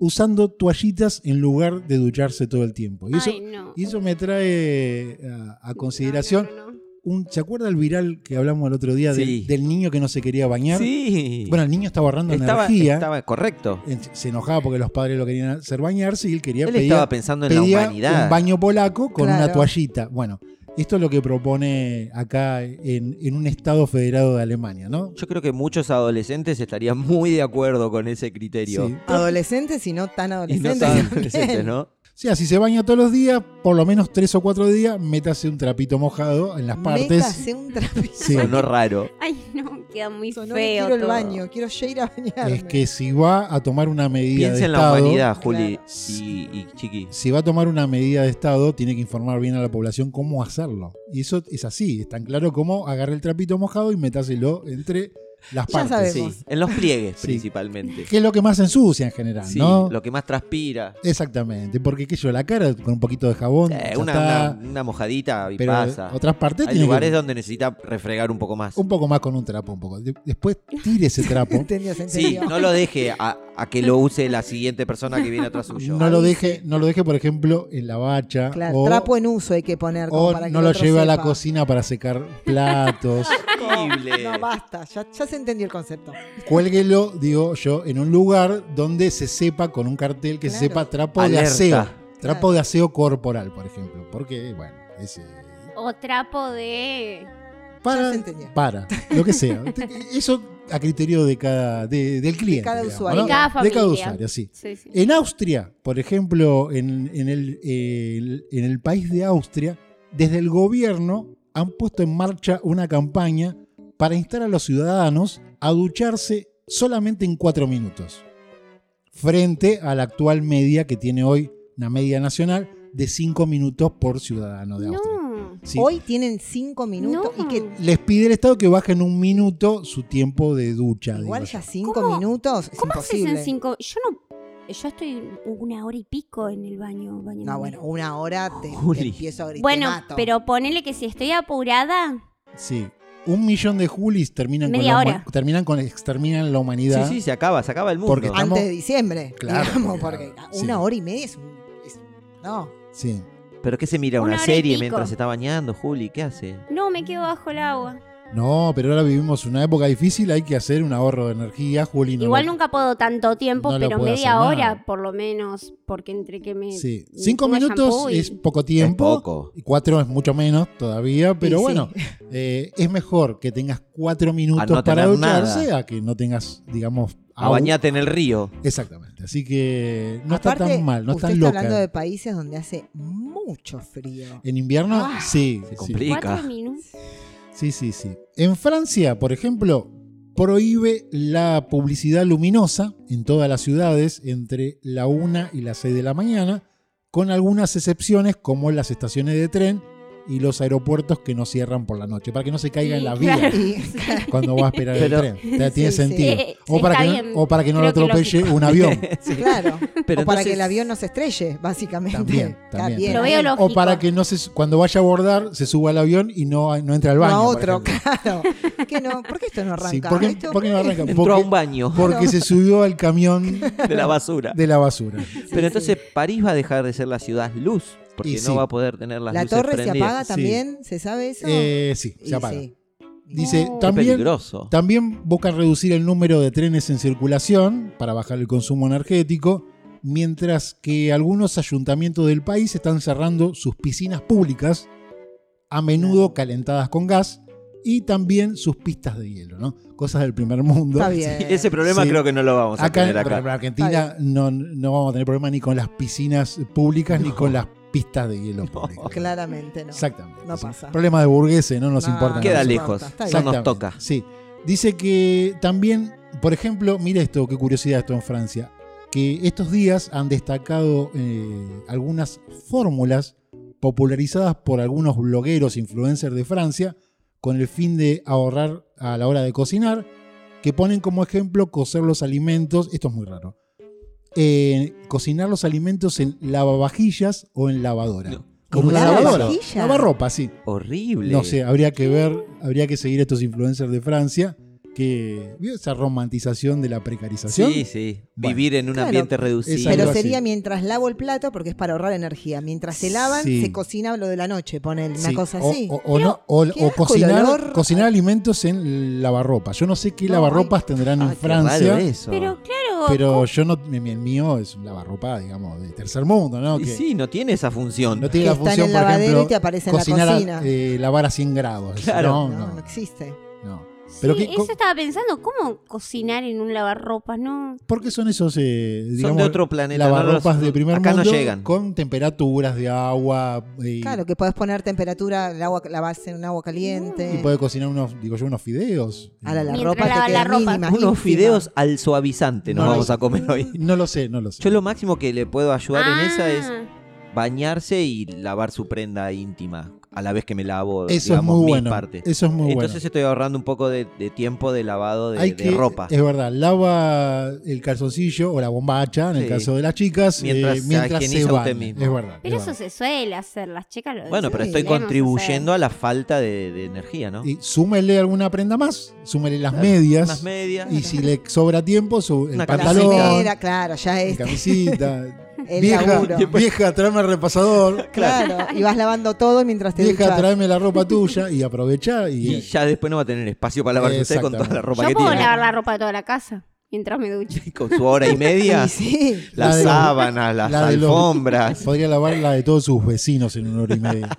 A: usando toallitas en lugar de ducharse todo el tiempo. Y eso,
D: Ay, no.
A: y eso me trae a, a consideración
D: No, no, no, no.
A: un. ¿Se acuerda el viral que hablamos el otro día de-
B: Sí.
A: del niño que no se quería bañar?
B: Sí.
A: Bueno, el niño estaba ahorrando
B: estaba,
A: energía.
B: estaba correcto.
A: en- Se enojaba porque los padres lo querían hacer bañarse y él quería
B: Él
A: pedir
B: estaba pensando en la
A: pedía
B: humanidad.
A: un baño polaco con una
C: Claro.
A: toallita. Bueno, esto es lo que propone acá en, en un estado federado de Alemania, ¿no?
B: Yo creo que muchos adolescentes estarían muy de acuerdo con ese criterio.
A: Sí.
C: Adolescentes y no tan
B: Y no
C: adolescentes.
B: tan
C: también.
B: adolescentes, ¿no?
A: O sea, si se baña todos los días, por lo menos tres o cuatro días, métase un trapito mojado en las partes.
C: Métase un trapito.
A: Sí.
B: Sonó raro.
D: Ay, no, queda muy
C: No
D: feo.
C: quiero el
D: todo.
C: baño, quiero ya ir a bañarme.
A: Es que si va a tomar una medida
B: Piensa
A: de
B: en
A: Estado,
B: la humanidad, Juli
C: Claro.
B: y, y Chiqui.
A: si va a tomar una medida de Estado, tiene que informar bien a la población cómo hacerlo. Y eso es así, es tan claro como agarre el trapito mojado y metáselo entre las
C: Ya
A: partes.
C: sabemos.
B: Sí, en los pliegues
A: Sí.
B: principalmente.
A: Que es lo que más ensucia en general,
B: Sí,
A: ¿no?
B: lo que más transpira.
A: Exactamente, porque qué sé yo, la cara con un poquito de jabón,
B: Eh,
A: ya
B: una,
A: está,
B: una- una mojadita y
A: pero
B: pasa.
A: otras partes
B: Hay
A: tiene
B: lugares
A: que,
B: donde necesita refregar un poco más.
A: un poco más con un trapo, un poco. De- Después tire ese trapo,
C: Entendió, se
B: Sí,
C: entendió.
B: no lo deje a, a que lo use la siguiente persona que viene atrás suyo.
A: no lo deje, no lo deje, por ejemplo, en la bacha
C: Claro,
A: o,
C: trapo en uso hay que poner como
A: o
C: para que
A: no
C: el
A: lo
C: otro
A: lleve a la
C: sepa.
A: cocina para secar platos.
B: Horrible.
C: No, basta, ya, ya se entendió el concepto.
A: Cuélguelo, digo yo, en un lugar donde se sepa con un cartel que se
C: Claro.
A: sepa trapo de
B: Alerta.
A: aseo, trapo de aseo corporal, por ejemplo, porque bueno, ese
D: O trapo de.
A: para,
C: se entendía.
A: para, lo que sea. Eso a criterio de cada, de- del cliente.
C: cada
A: digamos,
C: usuario.
A: ¿no?
C: De
D: cada
A: De cada
D: familia.
A: usuario, sí.
D: Sí, sí.
A: En Austria, por ejemplo, en, en el, el- en el país de Austria, desde el gobierno han puesto en marcha una campaña para instar a los ciudadanos a ducharse solamente en cuatro minutos, frente a la actual media que tiene hoy una media nacional de cinco minutos por ciudadano de Austria.
D: No.
A: Sí
C: Hoy tienen cinco minutos
D: No.
C: y que
A: les pide el Estado que bajen un minuto su tiempo de ducha.
C: igual
A: digo
C: ya
A: yo.
C: cinco
D: ¿Cómo-
C: minutos es
D: ¿Cómo haces en
C: imposible.
D: cinco? Yo no. Yo estoy una hora y pico en el baño. bañándome.
C: No, bueno, una hora te, te
B: Juli.
C: empiezo a gritar.
D: Bueno,
C: te mato.
D: pero ponele que si estoy apurada.
A: Sí. Un millón de julis terminan con,
D: Media
A: la huma-
D: hora.
A: terminan con exterminan la
B: Sí,
A: humanidad.
B: sí, se acaba, se acaba el mundo.
A: Porque
C: antes de diciembre,
A: Claro,
C: digamos,
A: claro,
C: porque
A: sí.
C: una hora y media es, un- es- no.
A: Sí.
B: ¿Pero qué se mira? ¿Una,
D: Una hora y
B: serie
D: pico.
B: mientras se está bañando, Juli? ¿Qué hace?
D: No, me
C: Mm.
D: quedo bajo el agua.
A: No, pero ahora vivimos una época difícil, hay que hacer un ahorro de energía, Juli. no
D: Igual
A: lo-
D: nunca puedo tanto tiempo,
A: no lo
D: pero
A: puedo
D: media
A: hacer
D: hora
A: nada.
D: por lo menos. Porque entre que me.
A: Sí.
D: me
A: Cinco
D: pongo
A: minutos
D: shampoo y-
A: es poco tiempo.
B: Es poco.
A: Y cuatro es mucho menos todavía, pero
C: Y sí.
A: bueno, eh, es mejor que tengas cuatro minutos
B: no
A: para
B: tener
A: ducharse
B: nada.
A: a que no tengas, digamos,
B: A
A: au-
B: bañate en el río.
A: Exactamente. Así que no
C: Aparte,
A: está tan mal, no
C: usted
A: está
C: está
A: loca.
C: hablando de países donde hace mucho frío.
A: En invierno,
C: Ah,
A: sí,
B: se
A: sí.
B: complica.
D: Cuatro minutos.
A: Sí, sí, sí. En Francia, por ejemplo, prohíbe la publicidad luminosa en todas las ciudades entre la 1 y las 6 de la mañana, con algunas excepciones como las estaciones de tren y los aeropuertos que no cierran por la noche, para que no se caiga en la
D: Sí,
A: vía
D: claro.
C: Y-
A: cuando va a esperar
B: Pero-
A: el tren. O sea, Tiene
C: Sí, sí.
A: sentido.
D: Eh,
A: O, para
D: está
A: que no,
D: bien.
A: o para que no lo
D: Creo que
A: atropelle
D: lógico.
A: un avión.
C: Claro.
B: Pero
C: o para que
B: entonces-
C: el avión no se estrelle, básicamente.
A: También,
C: Está
A: también.
C: bien
D: Lo veo
C: ahí.
D: lo-
A: O
D: Lógico.
A: para que no se, cuando vaya a abordar se suba al avión y no, no entre al
C: No,
A: baño.
C: a
A: por
C: otro,
A: ejemplo.
C: claro. ¿Qué no? ¿Por qué esto no arranca?
A: Sí, ¿por, qué,
C: Esto-
A: por qué no arranca?
B: Entró a
A: Porque,
B: un baño
A: porque se subió al camión
B: de la basura.
A: de la basura.
B: Pero entonces París va a dejar de ser la ciudad luz. Porque
A: Y
B: no
A: sí.
B: va a poder tener las
C: ¿La
B: luces
C: torre se
B: prendidas.
C: apaga
A: Sí.
C: también? ¿Se sabe eso?
A: Eh, sí,
C: Y
A: se apaga.
C: sí.
A: Dice,
D: No. Qué
B: Es
A: también,
B: peligroso.
A: también buscan reducir el número de trenes en circulación para bajar el consumo energético, mientras que algunos ayuntamientos del país están cerrando sus piscinas públicas, a menudo calentadas con gas, y también sus pistas de hielo, ¿no? Cosas del primer mundo.
C: Está bien.
B: Y ese problema
A: Sí.
B: creo que no lo vamos a
A: Acá en
B: tener acá.
A: en Argentina no, no vamos a tener problema ni con las piscinas públicas ni
B: No.
A: con las pistas de hielo públicas.
C: Claramente no.
A: Exactamente.
C: No
A: Sí.
C: pasa.
A: Problema de burgueses, no nos
C: No,
A: importa.
B: Queda
A: nada.
C: le-
B: lejos.
C: importa, está bien.
B: No
A: Exactamente,
B: nos toca.
A: Sí. Dice que también, por ejemplo, mira esto, qué curiosidad esto en Francia, que estos días han destacado eh, algunas fórmulas popularizadas por algunos blogueros influencers de Francia con el fin de ahorrar a la hora de cocinar, que ponen como ejemplo cocer los alimentos, esto es muy raro, eh, cocinar los alimentos en lavavajillas o en lavadora.
B: No.
A: Con una
C: ¿Lavavajillas?
A: lavadora. Lavarropa, sí.
B: Horrible.
A: No sé, habría que ver, habría que seguir a estos influencers de Francia que ¿vio esa romantización de la precarización.
B: Sí, sí.
A: Bueno.
B: Vivir en un
C: Claro.
B: ambiente reducido.
A: algo
C: Pero
A: así.
C: sería mientras lavo el plato, porque es para ahorrar energía. Mientras se lavan,
A: Sí.
C: se cocina lo de la noche, ponen una
A: Sí,
C: cosa
A: o-
C: así.
A: O, o no, o-
C: qué
A: o
C: asco, el
A: cocinar,
C: olor.
A: cocinar alimentos en lavarropa. Yo no sé qué
C: No,
A: lavarropas tendrán
B: Ah,
A: en
B: qué raro
A: Francia,
B: eso.
D: Pero claro,
A: pero yo no, mi- mi- el mío es un lavarropa, digamos, de tercer mundo, ¿no?
B: Y
A: Que
B: sí, no tiene esa función.
A: no tiene
C: Que
A: la
C: está en
A: función,
C: el
A: por
C: lavadero
A: ejemplo,
C: y te aparece en la
A: cocinar a-
C: cocina.
A: eh, lavar a 100 grados.
B: Claro.
A: No,
C: no,
A: no,
C: no existe.
A: no. pero
D: pero sí,
A: qué co-
D: eso estaba pensando, ¿cómo cocinar en un lavarropas? No,
A: ¿Por qué son esos, eh, digamos,
B: Son de otro planeta. no
A: lavarropas
B: los-
A: de primer
B: acá
A: mundo
B: no llegan.
A: con temperaturas de agua eh,
C: Claro, que podés poner temperatura, el agua la base en agua
A: y
C: caliente.
A: puede cocinar unos, digo yo, unos fideos?
B: Mm.
C: Ahora la
D: Mientras
C: ropa te
D: lava
C: queda
D: la ropa.
C: mínima,
B: Unos
C: ínfima.
B: fideos al suavizante nos
A: No.
B: vamos a comer hoy.
A: No lo sé, no lo sé.
B: Yo lo máximo que le puedo ayudar en esa es
D: Ah,
B: bañarse y lavar su prenda íntima a la vez que me lavo
A: Eso es
B: digamos,
A: muy
B: mi
A: bueno.
B: parte.
A: Eso es muy
B: Entonces
A: bueno.
B: estoy ahorrando un poco de, de tiempo de lavado de,
A: Hay
B: de
A: que- eh,
B: ropa.
A: Es verdad, lava el calzoncillo o la bombacha, en el
B: Sí.
A: caso de las chicas, eh,
B: Mientras
A: mientras,
B: se
A: se
B: higieniza
A: van.
B: usted mismo.
A: Es verdad.
D: Pero
A: es
D: eso
A: verdad.
D: se suele hacer, las chicas lo
B: Bueno, pero
C: Sí,
B: estoy
D: lo solemos
B: contribuyendo a la falta de, de energía, ¿no?
A: Y súmele alguna prenda más, súmele las
B: Claro,
A: medias.
B: Unas medias.
A: Y si le sobra tiempo, su, el
B: Una
A: pantalón,
B: camiseta.
C: Cocinera, claro, ya
A: la
C: es
A: camisita.
C: el
A: vieja,
C: laburo.
A: vieja, tráeme el repasador.
C: Claro, y vas lavando todo mientras te
A: Vieja,
C: duchas.
A: tráeme la ropa tuya y aprovecha y, eh,
B: Y ya después no va a tener espacio para lavarse usted con toda la
A: Exactamente.
B: ropa que
D: Yo puedo
B: tiene.
D: lavar la ropa de toda la casa mientras me ducho.
B: Con su hora y media,
C: Y sí.
A: La
B: las
A: de los-
B: sábanas, las
A: la de los-
B: alfombras.
A: podría lavar la de todos sus vecinos en una hora y media.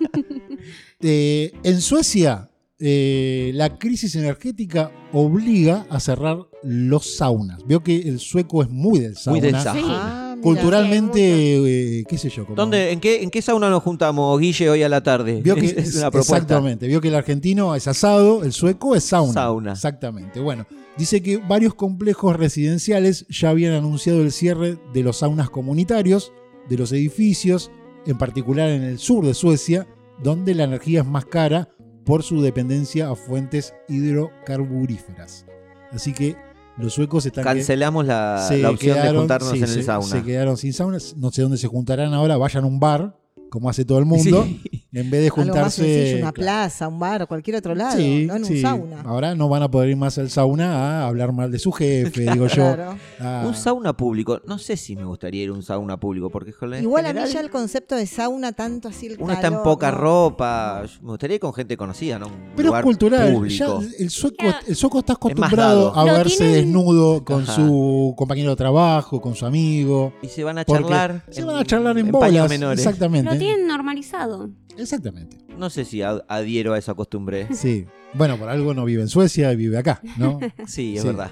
A: Eh, en Suecia, eh, la crisis energética obliga a cerrar los saunas. Veo que el sueco es muy del sauna.
B: Muy del sauna.
D: Sí.
C: Ah, mira.
A: Culturalmente, eh, qué sé yo. como-
B: ¿Dónde, en, qué, ¿En qué sauna nos juntamos, Guille, hoy a la tarde?
A: Vio que
B: es, es una propuesta.
A: Exactamente. Vio que el argentino es asado, el sueco es sauna.
B: Sauna.
A: Exactamente. Bueno, dice que varios complejos residenciales ya habían anunciado el cierre de los saunas comunitarios, de los edificios, en particular en el sur de Suecia, donde la energía es más cara por su dependencia a fuentes hidrocarburíferas. Así que los suecos están... que-
B: Cancelamos la,
A: se
B: la opción de
A: quedaron-
B: juntarnos
A: sí,
B: en
A: se-
B: el sauna.
A: Se quedaron sin sauna. No sé dónde se juntarán ahora. Vayan a un bar, como hace todo el mundo.
B: Sí.
A: En vez de
C: Algo más
A: juntarse.
C: sencillo, una
A: claro.
C: plaza, un bar, cualquier otro lado,
A: Sí,
C: no en un
A: sí. Ah,
C: sauna.
A: Ahora no van a poder ir más al sauna a hablar mal de su jefe, digo yo.
C: Claro.
A: Ah,
B: Un sauna público. No sé si me gustaría ir a un sauna público, porque con la- en
C: Igual a mí
B: general,
C: ya el concepto de sauna, tanto así el
B: uno está en
C: calor,
B: poca
C: no.
B: ropa. Me gustaría ir con gente conocida, ¿no? Un
A: pero es
B: lugar
A: cultural. ya
B: público.
A: el, sueco,
D: Claro.
A: el sueco está
B: más
A: acostumbrado
B: dado.
A: a
D: Lo
A: verse
D: tienen-
A: desnudo con
B: Ajá.
A: su compañero de trabajo, con su amigo.
B: Y se van a
A: porque
B: charlar.
A: se van a charlar en,
B: paños
A: bolas.
B: menores.
A: Exactamente.
D: Lo tienen normalizado.
A: Exactamente.
B: No sé si ad- adhiero a esa costumbre.
A: Sí. Bueno, por algo no vive en Suecia, vive acá, ¿no?
B: Sí, es
A: Sí.
B: verdad.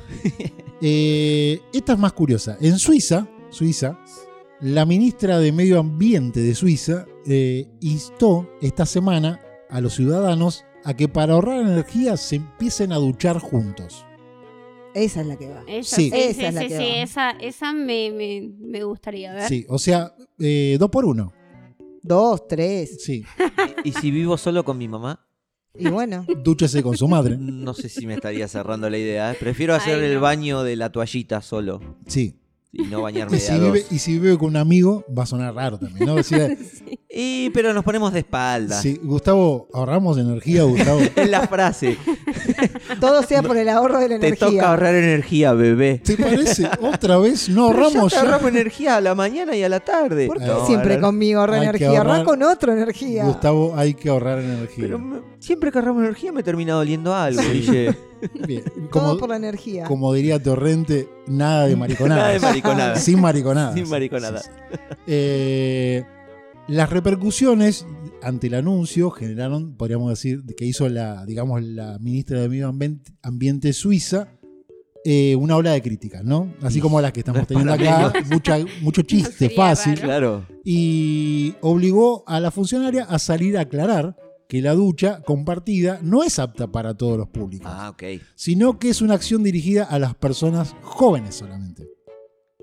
A: Eh, esta es más curiosa. En Suiza, Suiza, la ministra de Medio Ambiente de Suiza eh, instó esta semana a los ciudadanos a que para ahorrar energía se empiecen a duchar juntos.
C: Esa es la que va.
D: Esa,
A: Sí.
D: sí,
C: Esa
D: sí,
C: es la
D: sí,
C: que
D: sí,
C: va.
D: esa, esa me, me, me gustaría ver.
A: Sí, o sea, eh, dos por uno.
C: Dos, tres.
A: Sí,
B: Y si vivo solo con mi mamá,
C: Y bueno,
A: dúchese con su madre.
B: no sé si me estaría cerrando la idea. ¿eh? Prefiero hacer
D: Ay,
B: el
D: no.
B: baño de la toallita solo
A: Sí.
B: y no bañarme
A: Y
B: de a
A: si, vive,
B: dos.
A: y si vive con un amigo, va a sonar raro también, ¿no? O sea,
B: Y, pero nos ponemos de espalda.
A: sí, Gustavo, ahorramos energía, Gustavo.
B: Es la frase.
C: todo sea por el ahorro de la
B: Te toca
C: energía.
B: ahorrar energía, bebé.
A: ¿Te parece? Otra vez, no ahorramos
B: Ya te
A: ya.
B: ahorramos energía a la mañana y a la tarde.
C: ¿Por qué
B: No,
C: siempre
B: ahora-
C: conmigo ahorra
A: Hay que
C: energía?
A: ahorrar-
C: Ahorra con otra energía.
A: Gustavo, hay que ahorrar energía.
B: Pero me- siempre que ahorramos energía me termina doliendo algo, Guille.
A: Bien,
C: Todo
A: como-
C: por la energía.
A: Como diría Torrente, nada de mariconadas.
B: Nada de mariconada.
A: Sin mariconadas.
B: Sin mariconadas.
A: Sí, sí. Eh, las repercusiones ante el anuncio generaron, podríamos decir, que hizo la, digamos, la ministra de Medio Ambiente, Ambiente suiza, eh, una ola de críticas, ¿no? Así como las que estamos teniendo acá, mucha, mucho chiste
D: Sería
A: fácil
D: raro.
B: Claro.
A: y obligó a la funcionaria a salir a aclarar que la ducha compartida no es apta para todos los públicos
B: Ah, ok.
A: sino que es una acción dirigida a las personas jóvenes solamente.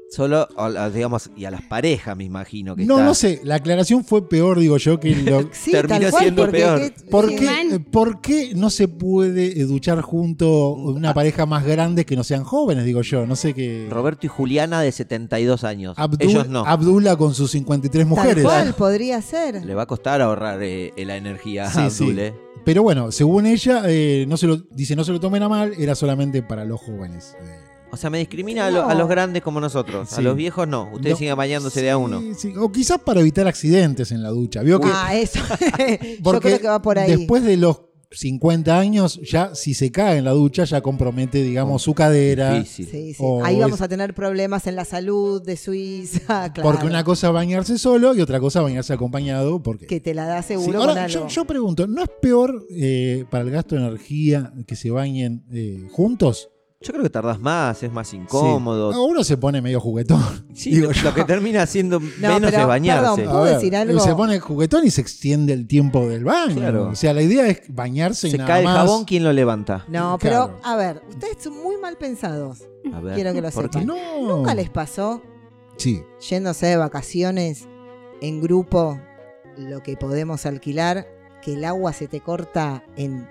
B: Solo, a la- digamos, y a las parejas me imagino que
A: No,
B: está.
A: no sé, la aclaración fue peor, digo yo, que lo...
C: Sí,
B: termina
C: tal cual,
B: siendo
C: porque
B: peor.
C: qué-
A: ¿Por
C: sí,
A: qué,
D: man.
A: eh, por qué no se puede eh, duchar junto una pareja más grande que no sean jóvenes, digo yo? No sé qué...
B: Roberto y Juliana de 72 años.
A: Abdul-
B: Ellos no.
A: Abdullah con sus 53
C: Tal
A: mujeres.
C: cual, podría ser.
B: Le va a costar ahorrar eh, eh, la energía
A: Sí,
B: a
A: sí.
B: Abdul, eh.
A: Pero bueno, según ella, eh, no se lo, dice no se lo tomen a mal, era solamente para los jóvenes. eh,
B: O sea, me discrimina a, lo- a los grandes como nosotros.
A: Sí.
B: A los viejos no. Ustedes
A: No.
B: sigan bañándose de a uno.
A: Sí, sí. O quizás para evitar accidentes en la ducha. Vio que
C: Ah, eso. Yo
A: porque
C: creo que va por ahí.
A: después de los 50 años, ya si se cae en la ducha, ya compromete, digamos, su cadera.
B: Difícil.
C: Sí, sí.
A: o
C: ahí
A: es-
C: vamos a tener problemas en la salud de Suiza, claro.
A: Porque una cosa es bañarse solo y otra cosa es bañarse acompañado. Porque...
C: Que te la da
A: Sí,
C: seguro
A: ahora,
C: con algo.
A: yo, yo pregunto, ¿no es peor eh, para el gasto de energía que se bañen eh, juntos?
B: Yo creo que tardás más, es más incómodo.
A: Sí. Ah, Uno se pone medio juguetón.
B: Sí,
A: Digo
B: lo,
A: yo.
B: lo que termina haciendo menos
C: pero,
B: es bañarse.
C: perdón, ¿Puedo
A: A
C: decir algo?
A: Se pone juguetón y se extiende el tiempo del baño.
B: Claro.
A: O sea, la idea es bañarse y
B: Se
A: nada
B: cae el
A: más.
B: jabón, ¿quién lo levanta?
A: Claro.
C: No, pero a ver, ustedes son muy mal pensados.
B: A ver.
C: Quiero que lo
B: ¿por
C: sepan.
B: qué?
A: No.
C: ¿Nunca les pasó
A: Sí.
C: yéndose de vacaciones en grupo lo que podemos alquilar que el agua se te corta en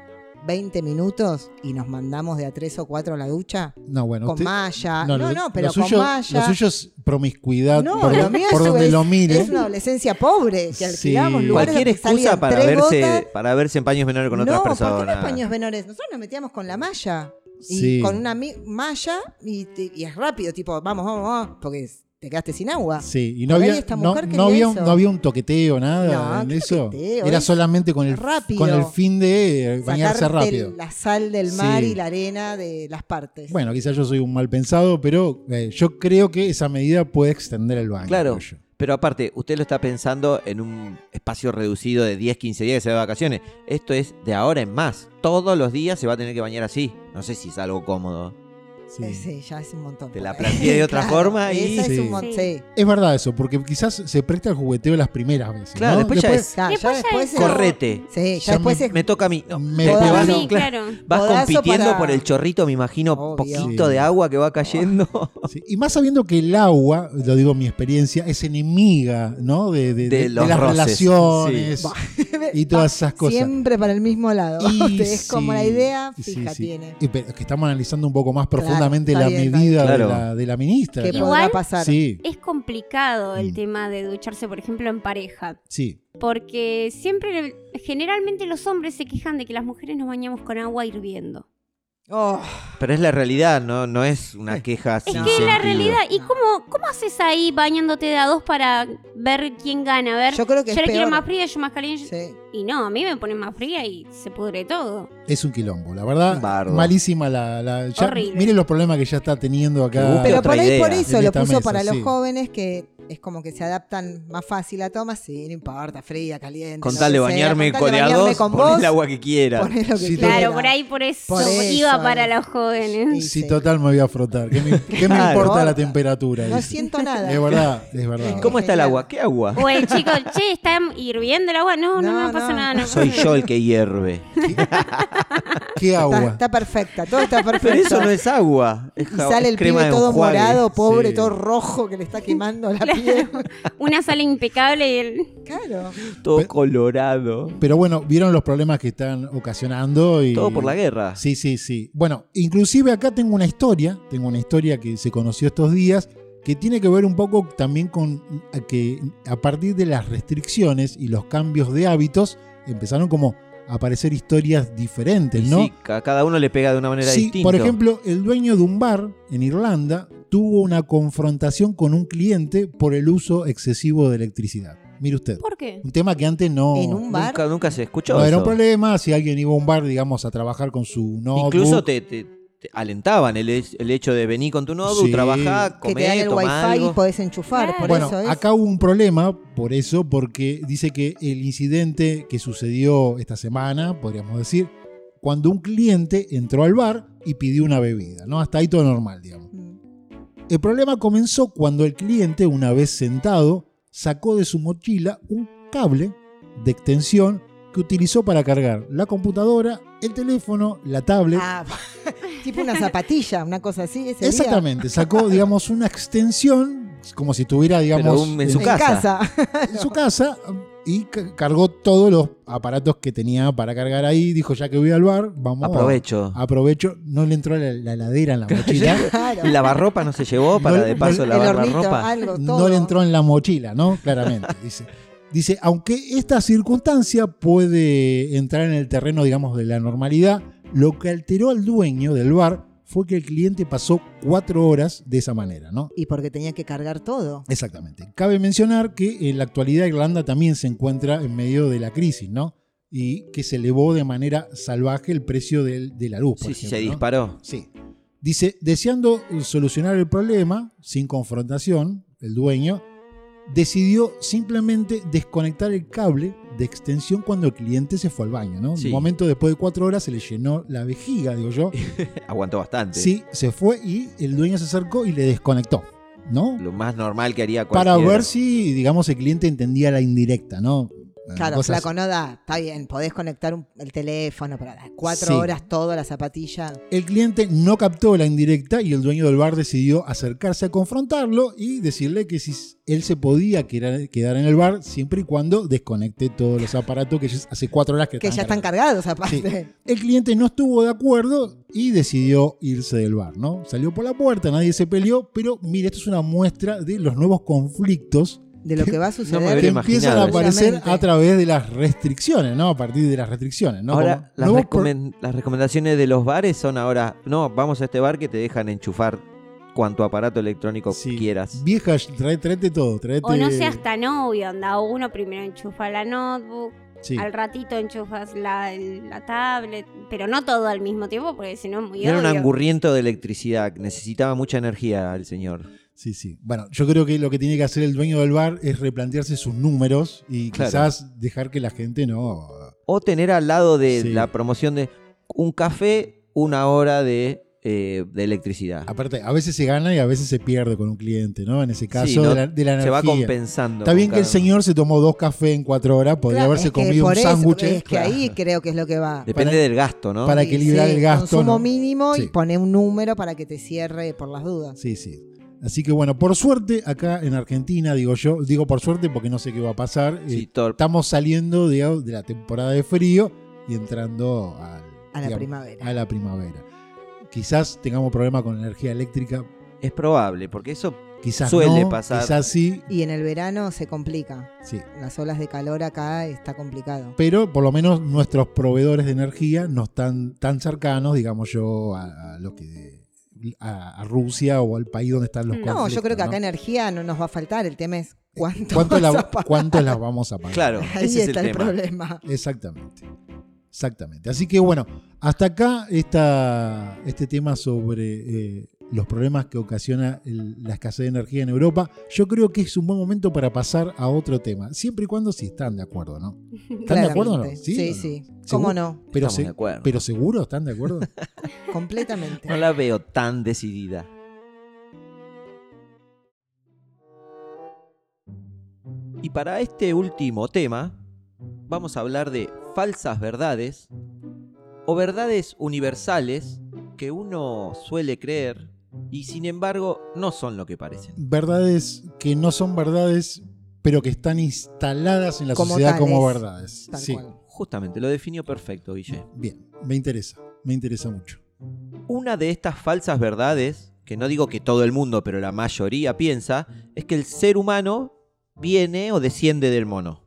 C: 20 minutos y nos mandamos de a tres o cuatro a la ducha?
A: No, bueno.
C: con
A: usted-
C: malla.
A: no,
C: Ah, No,
A: lo-
C: no, pero
A: lo suyo,
C: con malla.
A: Lo suyo es promiscuidad
C: No,
A: por,
C: lo
A: do-
C: mío
A: por
C: es-
A: donde lo mire.
C: Es una adolescencia pobre que alquilamos
A: Sí.
C: lugares
B: Cualquier
C: donde
B: excusa
C: salían
B: para
C: tres
B: verse,
C: gotas.
B: para verse en paños menores con otras
C: no,
B: personas.
C: ¿por qué no hay paños menores? Nosotros nos metíamos con la malla. Y
A: Sí.
C: con una mi- malla y, te- y es rápido, tipo, vamos, vamos, vamos, porque es- te quedaste sin agua.
A: Sí, y no
C: Por ahí
A: había,
C: esta
A: no,
C: mujer que
A: no
C: le
A: había,
C: hizo.
A: no había un toqueteo, nada
C: No,
A: en
C: ¿qué
A: eso.
C: toqueteo?
A: Era
C: Es
A: solamente con el,
C: rápido.
A: con el fin de eh, bañarse
C: Sacarte
A: rápido.
C: la sal del mar
A: Sí.
C: y la arena de las partes.
A: Bueno, quizás yo soy un mal pensado, pero eh, yo creo que esa medida puede extender el baño.
B: Claro.
A: creo yo.
B: Pero aparte, usted lo está pensando en un espacio reducido de 10, 15 días que se va de vacaciones. Esto es de ahora en más. Todos los días se va a tener que bañar así. No sé si es algo cómodo.
A: Sí.
C: Eh, sí, ya es un montón.
B: Te la planteé de otra forma y-
C: Esa es
A: Sí. Pues,
C: un montón. Sí.
A: Es verdad eso, porque quizás se presta el jugueteo las primeras veces.
B: Claro,
A: ¿no?
B: después ya
C: pues, Ya,
D: Después ya
C: ya después
D: es
C: es-
B: Correte.
A: Ya
C: Sí, ya después
A: me-
C: es
B: Me toca a mí. No,
A: Me
B: te
A: toca a
B: vas,
A: mí.
D: Sí,
B: claro,
D: claro.
B: vas
C: Codazo
B: compitiendo
C: para-
B: por el chorrito, me imagino,
C: Obvio.
B: poquito
A: Sí.
B: de agua que va cayendo.
A: Sí, Y más sabiendo que el agua, lo digo en mi experiencia, es enemiga, ¿no? De, de- de- de
B: los
A: las
B: roces.
A: relaciones
B: Sí.
A: y todas esas cosas.
C: Siempre para el mismo lado.
A: Y
C: es como la
A: sí,
C: idea
A: sí,
C: fija
A: sí.
C: tiene.
A: Y pero es que estamos analizando un poco más profundamente
C: está
A: la
C: bien, está
A: medida
B: bien.
A: de,
B: Claro.
A: la, de la ministra.
C: ¿Qué
A: ¿no?
D: Igual-
C: podrá pasar?
A: Sí,
D: Es complicado el
A: Mm.
D: tema de ducharse, por ejemplo, en pareja.
A: sí.
D: Porque siempre, generalmente los hombres se quejan de que las mujeres nos bañamos con agua hirviendo.
C: Oh,
B: Pero es la realidad, ¿no? No es una queja
D: Es
B: sin
D: que es la
B: sentido.
D: realidad. ¿Y
C: No.
D: cómo, cómo haces ahí bañándote de a dos para ver quién gana? A ver,
C: yo creo que
D: yo
C: es
D: la quiero
C: peor.
D: más fría, yo más caliente.
C: Sí.
D: Y no, a mí me ponen más fría y se pudre todo.
A: Es un quilombo, la verdad.
B: Bardo.
A: Malísima la. la ya-
D: Horrible.
A: miren los problemas que ya está teniendo acá.
B: Qué
C: Pero
B: otra
C: por ahí
B: idea.
C: por eso
A: En
C: lo
A: esta
C: puso
A: mesa,
C: para los
A: sí.
C: jóvenes que es como que se adaptan más fácil a tomas. Sí, no importa, fría, caliente.
B: Con
C: lo
B: tal de
C: que sea,
B: bañarme
C: con tal
B: con
C: de
B: de a
C: bañarme
B: dos,
C: con
B: poné
C: vos,
B: el agua que quiera.
C: poné lo que
A: Sí,
C: quiera.
D: Claro, por ahí por eso,
C: Por eso,
D: iba
C: eh.
D: para los jóvenes.
A: Si
C: Sí.
A: total me voy a frotar. ¿Qué me, qué me
B: Claro.
A: importa la temperatura?
C: No
A: Dice.
C: siento nada.
A: Es verdad, es verdad.
B: ¿Cómo está el
C: Genial.
B: agua? ¿Qué agua?
D: O el chico, che, está hirviendo el agua. No, no,
C: No,
D: me pasa
C: no.
D: nada. No
B: Soy
D: pasa
B: yo
D: nada.
B: el que hierve.
A: ¿Qué
C: Está,
A: agua?
C: está perfecta, todo está perfecto.
B: Pero eso no es agua. Es
C: y
B: ja-
C: sale
B: es
C: el
B: crema
C: pibe
B: de
C: todo
B: enjuague.
C: morado, pobre,
A: Sí.
C: todo rojo que le está quemando la piel.
D: Claro. Una sal impecable y el...
C: Claro.
B: Todo colorado.
A: Pero bueno, vieron los problemas que están ocasionando. Y...
B: Todo por la guerra.
A: Sí, sí, sí. Bueno, inclusive acá tengo una historia, tengo una historia que se conoció estos días, que tiene que ver un poco también con a que a partir de las restricciones y los cambios de hábitos, empezaron como a aparecer historias diferentes,
B: Y
A: ¿no?
B: sí, ca- cada uno le pega de una manera
A: Sí,
B: distinta.
A: por ejemplo, el dueño de un bar en Irlanda tuvo una confrontación con un cliente por el uso excesivo de electricidad. Mire usted,
D: ¿Por qué?
A: un tema que antes no,
C: En un bar.
B: Nunca, nunca se escuchó.
A: no era
B: eso.
A: un problema. Si alguien iba a un bar, digamos, a trabajar con su notebook,
B: Incluso te, te- te alentaban el, he- el hecho de venir con tu notebook,
A: Sí.
B: trabajar,
C: Que te dan
B: comer,
C: el
B: tomar
C: wifi
B: algo.
C: y podés enchufar.
D: Claro.
C: Por
A: bueno,
C: eso es.
A: acá hubo un problema por eso, porque dice que el incidente que sucedió esta semana, podríamos decir, cuando un cliente entró al bar y pidió una bebida, ¿no? Hasta ahí todo normal, digamos.
C: Mm.
A: El problema comenzó cuando el cliente, una vez sentado, sacó de su mochila un cable de extensión que utilizó para cargar la computadora, el teléfono, la tablet.
C: Ah, tipo una zapatilla, una cosa así. Ese día.
A: Exactamente, sacó, digamos, una extensión, como si tuviera, digamos,
B: un- en
A: eh,
B: su
C: En casa.
A: en su casa y ca- cargó todos los aparatos que tenía para cargar ahí. Dijo, ya que voy al bar, vamos.
B: Aprovecho.
A: Aprovecho. No le entró la, la heladera en la mochila.
C: Claro.
B: Y lavarropa no se llevó para
A: No-
B: de
A: no-
B: paso lavar la
C: hornito,
B: ropa.
C: algo, todo.
A: no le entró en la mochila, ¿no? Claramente, dice. Dice, aunque esta circunstancia puede entrar en el terreno, digamos, de la normalidad, lo que alteró al dueño del bar fue que el cliente pasó cuatro horas de esa manera, ¿no?
C: Y porque tenía que cargar todo.
A: Exactamente. Cabe mencionar que en la actualidad Irlanda también se encuentra en medio de la crisis, ¿no? Y que se elevó de manera salvaje el precio del- de la luz. por
B: Sí, sí,
A: ejemplo,
B: se
A: ¿no?
B: disparó.
A: Sí. Dice, deseando solucionar el problema sin confrontación, el dueño decidió simplemente desconectar el cable de extensión cuando el cliente se fue al baño, ¿no?
B: Sí.
A: Un momento después de cuatro horas se le llenó la vejiga, digo yo.
B: Este. Aguantó bastante.
A: Sí, se fue y el dueño se acercó y le desconectó, ¿no?
B: Lo más normal que haría
A: Para
B: cualquiera.
A: ver si, digamos, el cliente entendía la indirecta, ¿no?
C: Claro,
A: Cosas-
C: flaco, no da. Está bien, podés conectar un- el teléfono para las cuatro
A: Sí.
C: horas todo, la zapatilla.
A: El cliente no captó la indirecta y el dueño del bar decidió acercarse a confrontarlo y decirle que si él se podía quedar quedar en el bar siempre y cuando desconecte todos los aparatos que ya hace cuatro horas que,
C: Que ya están
A: cargados.
C: cargados, aparte.
A: El cliente no estuvo de acuerdo y decidió irse del bar, ¿no? Salió por la puerta, nadie se peleó, pero mire, esto es una muestra de los nuevos conflictos
C: De lo que va a
B: me
C: suceder.
A: que
B: habría
A: empiezan a
B: imaginado,
A: aparecer
C: seguramente.
A: a través de las restricciones, ¿no? A partir de las restricciones, ¿no? Como
B: ahora, las,
A: nuevos pro-
B: recomen- las recomendaciones de los bares son ahora, no, vamos a este bar que te dejan enchufar cuanto aparato electrónico
A: Sí.
B: quieras.
A: Vieja, trae, tráete todo, tráete...
D: O no seas tan obvio, onda. Uno primero enchufa la notebook,
A: Sí.
D: al ratito enchufas la, la tablet, pero no todo al mismo tiempo porque si no es muy
B: Era un
D: obvio.
B: angurriento de electricidad, necesitaba mucha energía el señor.
A: Sí, sí. Bueno, yo creo que lo que tiene que hacer el dueño del bar es replantearse sus números y
B: Claro.
A: quizás dejar que la gente no.
B: O tener al lado de
A: Sí.
B: la promoción de un café, una hora de, eh, de electricidad.
A: Aparte, a veces se gana y a veces se pierde con un cliente, ¿no? En ese caso,
B: Sí, no,
A: de, la, de la
B: Se va
A: energía.
B: compensando.
A: Está
B: con
A: bien que el
B: cada-
A: señor se tomó dos cafés en cuatro horas, podría
C: Claro,
A: haberse
C: es que
A: comido un
C: por eso,
A: sándwich.
C: Es que
A: claro.
C: ahí creo que es lo que va.
B: Depende
A: Para-
B: del gasto, ¿no?
A: para equilibrar el gasto,
C: Consumo
A: ¿no?
C: mínimo
A: Sí.
C: y pone un número para que te cierre por las dudas.
A: Sí, sí. Así que bueno, por suerte, acá en Argentina, digo yo, digo por suerte porque no sé qué va a pasar. eh,
B: Sí, todo-
A: Estamos saliendo digamos, de la temporada de frío y entrando al-
C: A la
A: digamos,
C: primavera.
A: a la primavera. Quizás tengamos problema con la energía eléctrica,
B: Es probable, porque eso
A: quizás
B: Suele
A: no,
B: pasar.
A: quizás sí,
C: Y en el verano se complica.
A: sí.
C: Las olas de calor acá está complicado.
A: Pero por lo menos nuestros proveedores de energía no están tan cercanos, digamos yo, a, a lo que a, a Rusia o al país donde están los
D: No,
A: conflictos.
C: No, yo creo que acá
A: ¿no? Eh,
C: energía no nos va a faltar. El tema es cuánto.
A: ¿Cuánto,
C: vas
A: la-
C: a pagar.
A: cuánto las vamos a pagar?
B: Claro,
C: Ahí
B: ese es el
C: está el,
B: tema.
C: problema.
A: Exactamente. Exactamente. Así que bueno, hasta acá esta, este tema sobre eh, los problemas que ocasiona el- la escasez de energía en Europa, yo creo que es un buen momento para pasar a otro tema, siempre y cuando si están de acuerdo, ¿no? ¿Están de acuerdo o no?
C: Claramente.
A: Sí, o
C: sí.
A: no?
C: sí. ¿Cómo
A: ¿Seguro?
C: no?
A: Pero,
B: estamos
A: se-
B: de acuerdo.
A: pero seguro, ¿están de acuerdo?
C: Completamente.
B: No la veo tan decidida. Y para este último tema, vamos a hablar de falsas verdades o verdades universales que uno suele creer y sin embargo no son lo que parecen.
A: verdades que no son verdades, pero que están instaladas en la
C: Como
A: sociedad como
C: tales,
A: verdades.
C: Tal
A: Sí.
C: cual.
B: Justamente, lo definió perfecto, Guille.
A: Bien, me interesa, me interesa mucho.
B: Una de estas falsas verdades, que no digo que todo el mundo, pero la mayoría piensa, es que el ser humano viene o desciende del mono.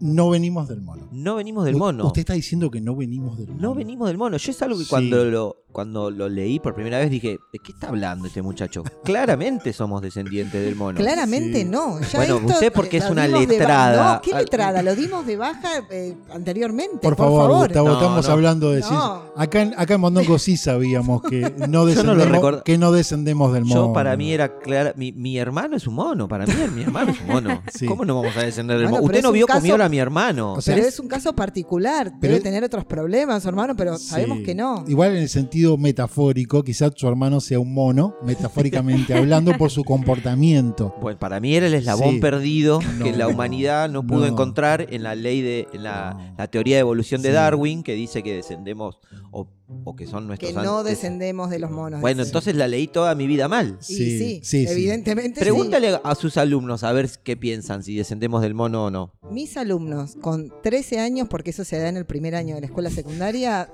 A: No venimos del mono.
B: No venimos del
A: U-
B: mono.
A: Usted está diciendo que no venimos del mono.
B: No venimos del mono. Yo es algo que
A: Sí.
B: cuando, lo, cuando lo leí por primera vez dije, ¿de qué está hablando este muchacho? Claramente somos descendientes del mono.
C: Claramente
A: Sí.
C: no. Ya
B: Bueno,
C: esto,
B: usted porque
C: eh,
B: es
C: lo
B: una
C: dimos de ba-
B: letrada.
C: No, ¿qué
B: Al-
C: letrada? Lo dimos de baja eh, anteriormente.
A: Por favor, Gustavo,
B: No,
A: estamos
B: no.
A: hablando de
C: No.
A: ciencia. Acá, en- acá en Mondongo sí sabíamos que no
B: Yo no lo
A: descendemos,
B: record-
A: que no descendemos del mono.
B: Yo para mí era clara, mi, mi hermano es un mono, para mí mi hermano es un mono.
A: Sí.
B: ¿Cómo no vamos a descender del
C: Bueno,
B: mono?
C: pero
B: Usted
C: es
B: no
C: un
B: vio
C: caso-
B: comió a mi hermano.
A: O sea,
C: Pero es un caso particular.
A: Pero-
C: Debe tener otros problemas, su hermano, pero
A: Sí.
C: sabemos que no.
A: Igual en el sentido metafórico, quizás su hermano sea un mono, metafóricamente hablando, por su comportamiento.
B: Bueno, para mí era el eslabón
A: Sí.
B: perdido que
A: No,
B: la humanidad no pudo
A: no.
B: encontrar en la ley de en la,
A: No.
B: la teoría de evolución de
A: Sí.
B: Darwin que dice que descendemos o, o que son nuestros
C: Que no
B: antes-
C: descendemos de los monos.
B: Bueno,
C: dice.
B: entonces la leí toda mi vida mal.
C: Y
A: Sí,
C: sí,
A: sí, sí.
C: evidentemente. sí.
B: Pregúntale a sus alumnos a ver qué piensan si descendemos del mono o no.
C: Mis alumnos con 13 años, porque eso se da en el primer año de la escuela secundaria,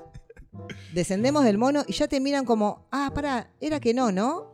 C: descendemos del mono y ya te miran como, ah, pará, era que no, ¿no?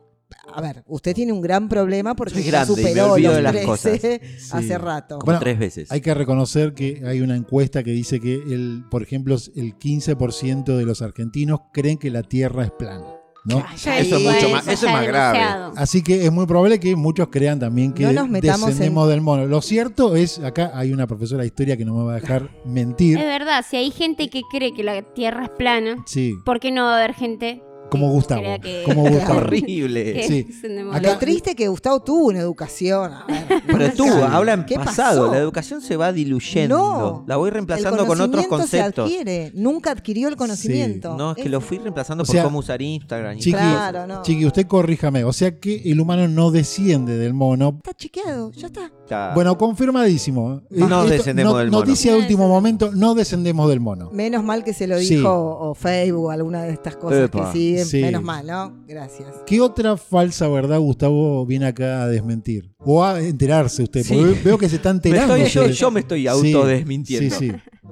C: a ver, usted tiene un gran problema porque
B: Soy
C: ya
B: grande y me
C: superó
B: olvido
C: los
B: de las
C: 13
A: Sí.
C: hace rato.
B: Como
A: Bueno,
B: tres veces.
A: Hay que reconocer que hay una encuesta que dice que, el, por ejemplo, el 15% de los argentinos creen que la Tierra es plana. ¿no?
D: Ah, Ya
C: Eso es
D: igual,
C: mucho más-
D: ya
E: eso es más grave.
D: demasiado.
A: Así que es muy probable que muchos crean también que
C: No nos metamos
A: descendemos del mono. Lo cierto es, acá hay una profesora de historia que no me va a dejar mentir.
D: Es verdad, si hay gente que cree que la Tierra es plana,
A: Sí,
D: ¿por qué no va a haber gente?
A: como
D: que
A: Gustavo.
D: crea que-
A: Como Gustavo.
D: que
B: Horrible.
A: Sí.
D: es un demonio?
A: Acá-
C: Lo triste que Gustavo tuvo una educación. a ver,
B: Pero tú,
C: nunca-
B: habla en
C: ¿Qué
B: pasado.
C: pasó?
B: La educación se va diluyendo.
C: No.
B: La voy reemplazando
C: El
B: con otros
C: conocimiento
B: conceptos.
C: Se adquiere. Nunca adquirió el conocimiento. Eh,
B: No, es que lo fui reemplazando
A: O
B: por
A: sea,
B: cómo usar Instagram. y
A: Chiqui,
B: esas cosas.
C: Claro, no.
A: Chiqui, usted corríjame. O sea que el humano no desciende del mono.
C: Está chequeado, ya está.
B: Está-
A: Bueno, confirmadísimo. Eh,
B: No descendemos del mono.
A: Noticia de último momento, no descendemos del mono.
C: Menos mal que se lo
A: Sí.
C: dijo o Facebook, alguna de estas cosas
B: Epa.
C: que siguen.
A: Sí.
C: Menos mal, ¿no? Gracias.
A: ¿Qué otra falsa verdad Gustavo viene acá a desmentir? O a enterarse usted,
B: Sí.
A: porque veo que se está
B: Me
A: enterando.
B: estoy- yo,
A: sobre-
B: yo me estoy
A: Sí,
B: autodesmintiendo.
A: Sí, sí.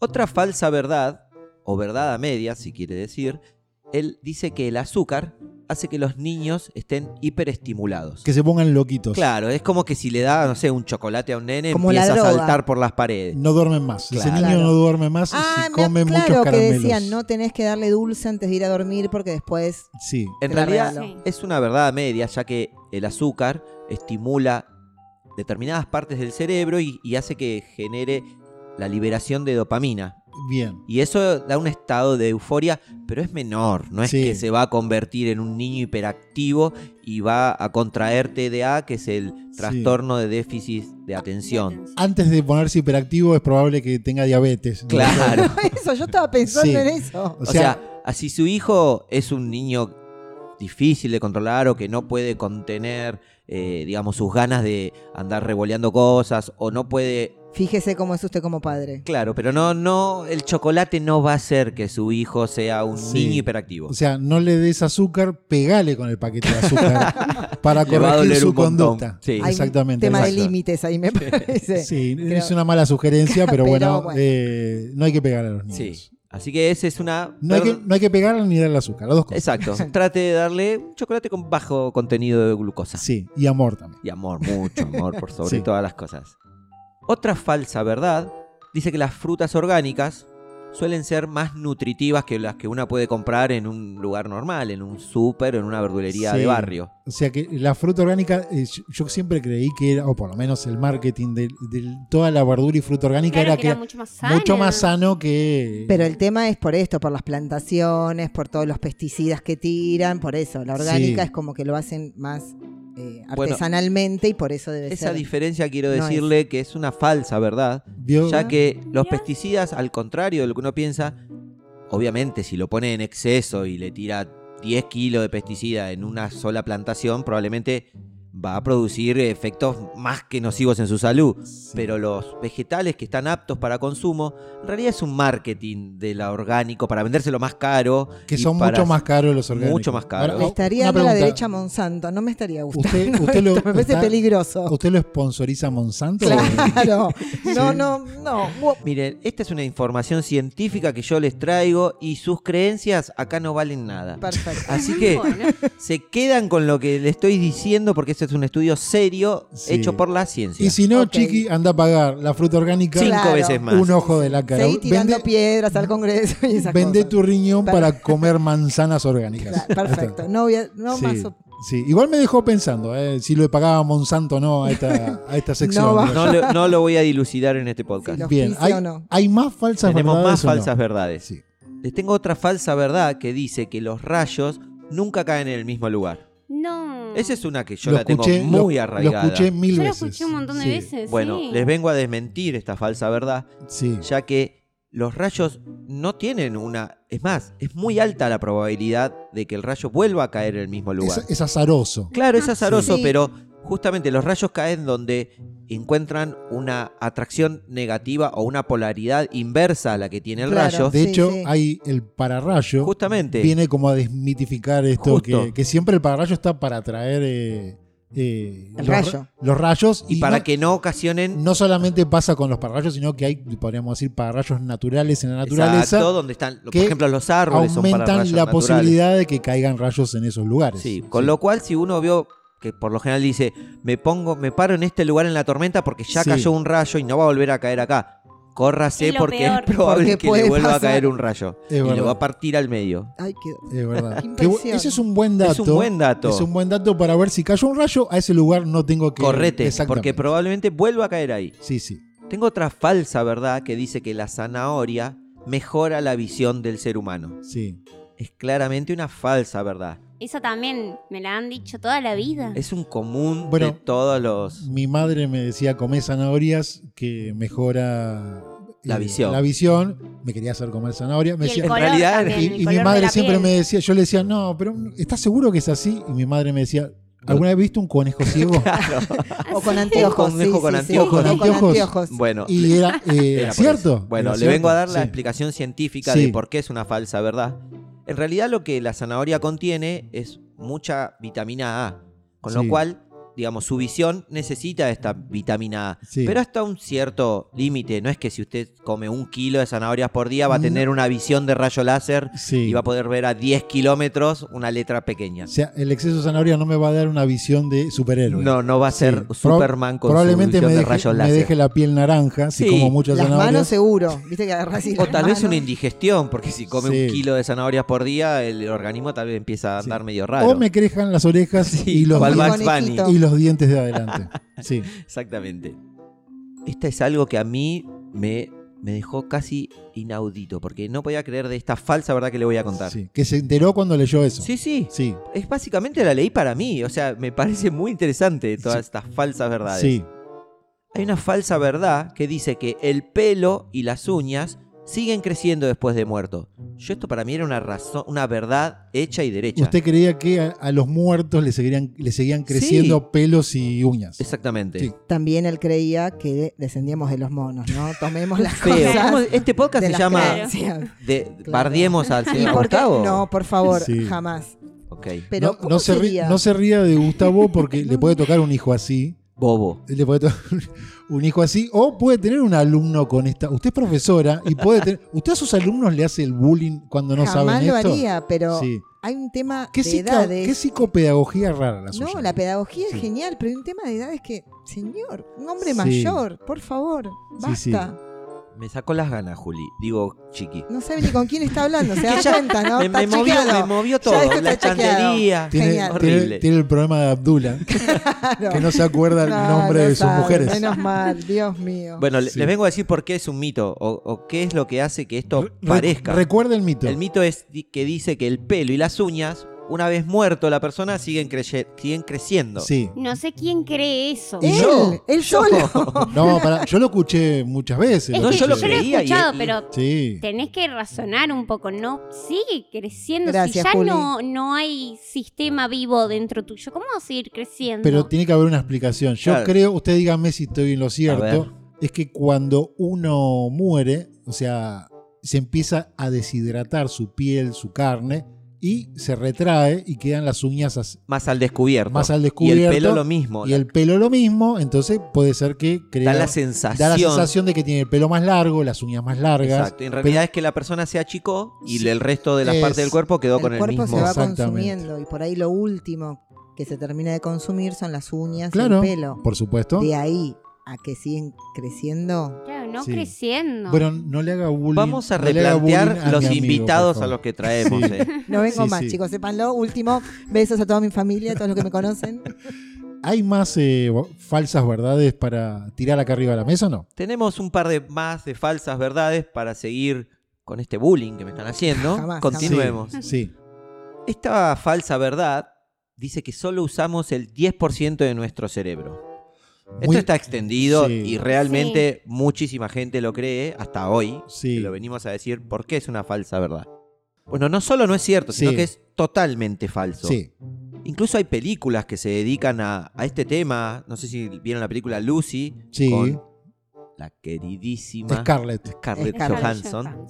B: Otra falsa verdad, o verdad a media, si quiere decir, él dice que el azúcar hace que los niños estén hiperestimulados.
A: Que se pongan loquitos.
B: Claro, es como que si le da, no sé, un chocolate a un nene,
C: Como la
B: empieza a
C: droga.
B: saltar por las paredes.
A: No duermen más. Ese
B: Claro.
A: niño no duerme más
C: Ah,
A: si
C: me-
A: come muchos
C: claro que
A: caramelos.
C: decían, no tenés que darle dulce antes de ir a dormir porque después
A: Sí.
B: En
C: Te la
B: realidad
C: regalo.
B: es una verdad a media, ya que el azúcar estimula determinadas partes del cerebro y, y hace que genere la liberación de dopamina.
A: Bien.
B: Y eso da un estado de euforia, pero es menor. No es
A: Sí.
B: que se va a convertir en un niño hiperactivo y va a contraer TDA, que es el trastorno de déficit de atención.
A: Antes de ponerse hiperactivo es probable que tenga diabetes. ¿no?
B: Claro.
C: Eso, yo estaba pensando
A: Sí.
C: en eso.
A: O
B: O
A: sea,
B: sea, así su hijo es un niño difícil de controlar o que no puede contener, eh, digamos, sus ganas de andar revoleando cosas o no puede...
C: Fíjese cómo es usted como padre.
B: Claro, pero no, no, el chocolate no va a hacer que su hijo sea un
A: Sí.
B: niño hiperactivo.
A: o sea, no le des azúcar, pegale con el paquete de azúcar para
B: Le va a
A: corregir
B: doler
A: su
B: un montón.
A: conducta.
B: Sí.
C: Hay
A: Exactamente.
C: un tema de
A: exacto.
C: límites ahí, me parece.
A: Sí,
C: Creo-
A: es una mala sugerencia, pero,
C: Pero
A: bueno,
C: bueno.
A: eh, no hay que pegar a los
B: Sí.
A: niños.
B: Así que esa es una...
A: No, hay que,
B: ver-
A: no hay que pegar ni darle azúcar, las dos cosas.
B: Exacto. Trate de darle un chocolate con bajo contenido de glucosa.
A: Sí, y amor también.
B: Y amor, mucho amor por sobre
A: Sí.
B: todas las cosas. Otra falsa verdad dice que las frutas orgánicas suelen ser más nutritivas que las que una puede comprar en un lugar normal, en un súper, en una verdulería
A: Sí.
B: de barrio.
A: O sea que la fruta orgánica, eh, yo- yo siempre creí que era, o por lo menos el marketing de, de toda la verdura y fruta orgánica
D: Claro
A: era
D: que
A: que
D: era mucho más sano.
A: mucho más sano que.
C: Pero el tema es por esto, por las plantaciones, por todos los pesticidas que tiran, por eso. La orgánica
A: Sí.
C: es como que lo hacen más eh,
B: Bueno,
C: artesanalmente y por eso debe
B: Esa
C: ser.
B: diferencia quiero
C: No es.
B: decirle que es una falsa verdad,
A: Vio-
B: ya que los
D: Mira.
B: pesticidas, al contrario de lo que uno piensa, obviamente si lo pone en exceso y le tira 10 kilos de pesticida en una sola plantación, probablemente va a producir efectos más que nocivos en su salud.
A: Sí.
B: Pero los vegetales que están aptos para consumo, en realidad es un marketing de la orgánico para vendérselo más caro.
A: que
B: y
A: son
B: para-
A: mucho más caros los orgánicos.
B: Mucho más caros.
C: Le
A: Ahora,
C: estaría
A: una
C: dando la
A: pregunta.
C: derecha a Monsanto, no me estaría gustando.
A: Usted, usted lo,
C: esto, me parece
A: está-
C: peligroso.
A: ¿Usted lo sponsoriza Monsanto?
C: Claro. No, no, no.
B: Miren, esta es una información científica que yo les traigo y sus creencias acá no valen nada.
A: Ah,
C: Perfecto.
B: Así que
D: Bueno,
B: se quedan con lo que le estoy diciendo porque este es un estudio serio
A: Sí.
B: hecho por la ciencia.
A: Y si no,
C: Ok.
A: Chiqui, anda a pagar la fruta orgánica,
B: Cinco
C: Claro.
B: veces más.
A: un ojo de la cara.
C: Seguí tirando
A: Vende,
C: piedras al Congreso y esas
A: vende
C: cosas.
A: tu riñón
C: Claro.
A: para comer manzanas orgánicas.
C: Claro, Perfecto. No, voy a- no
A: Sí,
C: más op-
A: sí. Igual me dejó pensando eh, si lo pagaba Monsanto o no a esta, a esta sección.
C: No va.
A: Digo,
B: No lo, no lo voy a dilucidar en este podcast.
C: Sí, lo-
A: Bien,
C: ¿Auspicia
A: hay,
C: o no?
A: hay más falsas
B: Tenemos
A: verdades.
B: más
A: o no?
B: falsas verdades.
A: Sí.
B: Les tengo otra falsa verdad que dice que los rayos nunca caen en el mismo lugar.
D: no.
B: Esa es una que yo
A: Lo
B: la
A: escuché,
B: tengo muy
A: lo,
B: arraigada.
A: Lo escuché mil
D: Yo lo
A: veces.
D: escuché un montón de
A: Sí,
D: veces.
B: Bueno,
D: sí.
B: les vengo a desmentir esta falsa verdad,
A: Sí.
B: ya que los rayos no tienen una... Es más, es muy alta la probabilidad de que el rayo vuelva a caer en el mismo lugar.
A: Es, es azaroso.
B: Claro, es azaroso,
C: Sí.
B: pero justamente los rayos caen donde encuentran una atracción negativa o una polaridad inversa a la que tiene el
C: Claro.
B: rayo.
A: De
C: Sí,
A: hecho,
C: sí.
A: hay el pararrayo.
B: Justamente.
A: Viene como a desmitificar esto,
B: Justo.
A: que, que siempre el pararrayo está para atraer eh, eh, los,
C: El rayo.
A: los rayos.
B: Y para
A: no-
B: que no ocasionen
A: No solamente pasa con los pararrayos, sino que hay, podríamos decir, pararrayos naturales en la naturaleza.
B: Exacto, donde están, por
A: que
B: ejemplo, los árboles son para
A: aumentan
B: rayos
A: la
B: naturales.
A: posibilidad de que caigan rayos en esos lugares.
B: Sí, con lo cual si uno vio que por lo general dice, me pongo, me paro en este lugar en la tormenta porque ya
A: Sí.
B: cayó un rayo y no va a volver a caer acá. Córrase
D: Es lo
B: porque
D: peor.
B: es probable
C: Porque
B: que
C: puede
B: le vuelva
C: pasar.
B: a caer un rayo
A: Es
B: y
A: verdad.
B: lo va a partir al medio.
C: Ay, qué...
A: Es verdad.
C: Qué
A: Qué bu-
C: impresión.
A: ese es un buen dato.
B: Es un buen dato.
A: Es un buen dato para ver si cayó un rayo, a ese lugar no tengo que
B: Correte,
A: Exactamente.
B: porque probablemente vuelva a caer ahí.
A: Sí, sí.
B: Tengo otra falsa verdad que dice que la zanahoria mejora la visión del ser humano.
A: Sí.
B: Es claramente una falsa verdad.
D: Eso también me la han dicho toda la vida.
B: Es un común de
A: Bueno,
B: todos los...
A: Mi madre me decía, comé zanahorias que mejora eh,
B: La visión.
A: La visión. Me quería hacer comer zanahoria. Me
D: y el
A: decía,
D: color
B: realidad,
D: también,
A: Y,
D: el
A: y
D: color
A: mi
D: de
A: madre
D: la
A: siempre
D: piel.
A: me decía, yo le decía, no, pero ¿estás seguro que es así? Y mi madre me decía, ¿alguna vez viste un conejo ciego?
B: Claro.
C: O con anteojos.
B: conejo
C: sí,
B: con
C: sí, sí,
B: anteojos.
C: uno con
A: Anteojos.
C: anteojos.
B: Bueno,
A: y era, eh,
B: Era por
A: cierto.
B: eso. Bueno,
A: era
B: le
A: cierto,
B: vengo a dar la
A: sí.
B: explicación científica
A: Sí.
B: de por qué es una falsa verdad. En realidad lo que la zanahoria contiene es mucha vitamina A, con
A: Sí.
B: lo cual, digamos, su visión necesita esta vitamina A.
A: Sí.
B: Pero hasta un cierto límite, no es que si usted come un kilo de zanahorias por día va a tener una visión de rayo láser
A: Mm. Sí.
B: y va a poder ver a 10 kilómetros una letra pequeña.
A: O sea, el exceso de zanahoria no me va a dar una visión de superhéroe.
B: No, no va a ser
A: Sí.
B: Superman con
A: Probablemente
B: su
A: me
B: visión
A: deje,
B: de rayos
A: me
B: láser.
A: deje la piel naranja, si
B: Sí.
A: como muchas
C: Las
A: zanahorias.
C: manos seguro. Viste que agarrás y
B: O
C: las
B: tal vez una
C: manos.
B: indigestión, porque si come
A: Sí.
B: un kilo de zanahorias por día, el organismo tal vez empieza a
A: Sí.
B: andar medio raro.
A: O me crejan las orejas
B: Sí,
A: y, los
B: o al
C: el
A: dientes,
B: Bugs Bunny.
C: conejito.
A: y los dientes de adelante. Sí,
B: Exactamente. Esta es algo que a mí me, me dejó casi inaudito, porque no podía creer de esta falsa verdad que le voy a contar. Sí,
A: sí. Que se enteró cuando leyó eso.
B: sí.
A: sí.
B: Es básicamente la ley para mí. O sea, me parece muy interesante todas
A: Sí.
B: estas falsas verdades.
A: sí.
B: Hay una falsa verdad que dice que el pelo y las uñas siguen creciendo después de muerto. Yo esto para mí era una razón, una verdad hecha y derecha.
A: Usted creía que a, a los muertos le seguirían, le seguían creciendo
B: Sí.
A: pelos y uñas.
B: Exactamente.
A: Sí.
C: También él creía que descendíamos de los monos, ¿no? Tomemos las
B: Feo.
C: cosas.
B: ¿Cómo Este podcast
C: de
B: se
C: las
B: llama
C: creencias.
B: de, Bardiemos al
C: ¿Y
B: señor
C: por qué?
B: Gustavo.
C: No, por favor,
A: Sí.
C: jamás.
B: Ok.
C: Pero
A: no,
C: ¿cómo
A: no se ri-
C: sería?
A: no se ría de Gustavo porque le puede tocar un hijo así.
B: Bobo.
A: le puede tocar un hijo así. O puede tener un alumno con esta. Usted es profesora y puede tener. ¿Usted a sus alumnos le hace el bullying cuando no
C: jamás
A: saben
C: lo
A: esto?
C: haría, pero
A: Sí.
C: hay un tema
A: ¿Qué,
C: de
A: psica-
C: edades.
A: qué psicopedagogía rara la suya?
C: no, la pedagogía
A: Sí.
C: es genial, pero hay un tema de edades que, señor, un hombre
A: Sí.
C: mayor, por favor, basta.
A: Sí, sí.
B: Me sacó las ganas, Juli. Digo, chiqui.
C: No sabe ni con quién está hablando, se da
B: ya-
C: cuenta, ¿no?
B: me,
C: está
B: me movió,
C: chequeado.
B: me movió
C: Ya
B: todo.
C: está
B: La
C: chequeado.
B: estantería.
A: tiene,
C: genial.
A: tiene-
B: Horrible.
A: tiene el problema de Abdullah,
C: Claro.
A: que no se acuerda el
C: No,
A: nombre
C: no
A: de sus
C: sabe,
A: mujeres.
C: Menos mal, Dios mío.
B: Bueno, le-
A: Sí.
B: les vengo a decir por qué es un mito o, o qué es lo que hace que esto
A: Re-
B: parezca.
A: Recuerda el mito.
B: El mito es di- que dice que el pelo y las uñas, una vez muerto la persona, siguen, creye- siguen creciendo.
A: Sí.
D: No sé quién cree eso.
A: Y
C: él,
B: yo,
C: él
B: yo.
C: solo.
A: No, pará, yo lo escuché muchas veces.
D: Es
B: No,
D: que
B: yo
D: yo
B: lo
D: lo,
B: creía
D: he
B: y-
D: escuchado,
B: y-
D: pero
A: Sí.
D: tenés que razonar un poco. No sigue creciendo.
C: Gracias,
D: si ya
C: Juli.
D: no, no hay sistema vivo dentro tuyo, ¿cómo vas a seguir creciendo?
A: Pero tiene que haber una explicación. Yo
B: Claro.
A: creo, usted dígame si estoy en lo
B: ver.
A: cierto, es que cuando uno muere, o sea, se empieza a deshidratar su piel, su carne, y se retrae y quedan las uñas as-
B: Más al descubierto.
A: más al
B: Y
A: descubierto.
B: el pelo lo mismo.
A: y el pelo lo mismo, entonces puede ser que crea,
B: da la
A: da la sensación de que tiene el pelo más largo, las uñas más largas.
B: Exacto. En realidad es que la persona se achicó y
A: Sí.
B: el resto de las
A: Es-
B: partes del cuerpo quedó con
C: el
B: el
C: cuerpo
B: mismo.
C: se va
A: Exactamente.
C: consumiendo y por ahí lo último que se termina de consumir son las uñas
A: Claro,
C: y el pelo.
A: por supuesto.
C: De ahí a que siguen creciendo.
D: Claro, no
A: Sí.
D: creciendo.
A: Bueno, no le haga bullying.
B: Vamos a
A: no le haga bullying
B: replantear
A: a
B: los
A: mi amigo,
B: invitados
A: por
B: a los
A: favor.
B: que traemos.
A: Sí.
B: eh.
C: No vengo
A: Sí,
C: más,
A: sí.
C: chicos, sépanlo. Último, besos a toda mi familia, a todos los que me conocen.
A: ¿Hay más eh, falsas verdades para tirar acá arriba de la mesa o no?
B: Tenemos un par de más de falsas verdades para seguir con este bullying que me están haciendo.
C: Jamás,
B: Continuemos.
A: Sí, sí.
B: Esta falsa verdad dice que solo usamos el 10% de nuestro cerebro.
A: Muy-
B: Esto está extendido
A: Sí.
B: y realmente muchísima gente lo cree hasta hoy.
A: Sí.
B: que lo venimos a decir por qué es una falsa verdad. Bueno, no solo no es cierto, sino
A: Sí.
B: que es totalmente falso.
A: Sí,
B: Incluso hay películas que se dedican a, a este tema. No sé si vieron la película Lucy
A: sí. eh,
B: con la queridísima
A: Scarlett.
B: Scarlett
C: Scarlett
B: Johansson,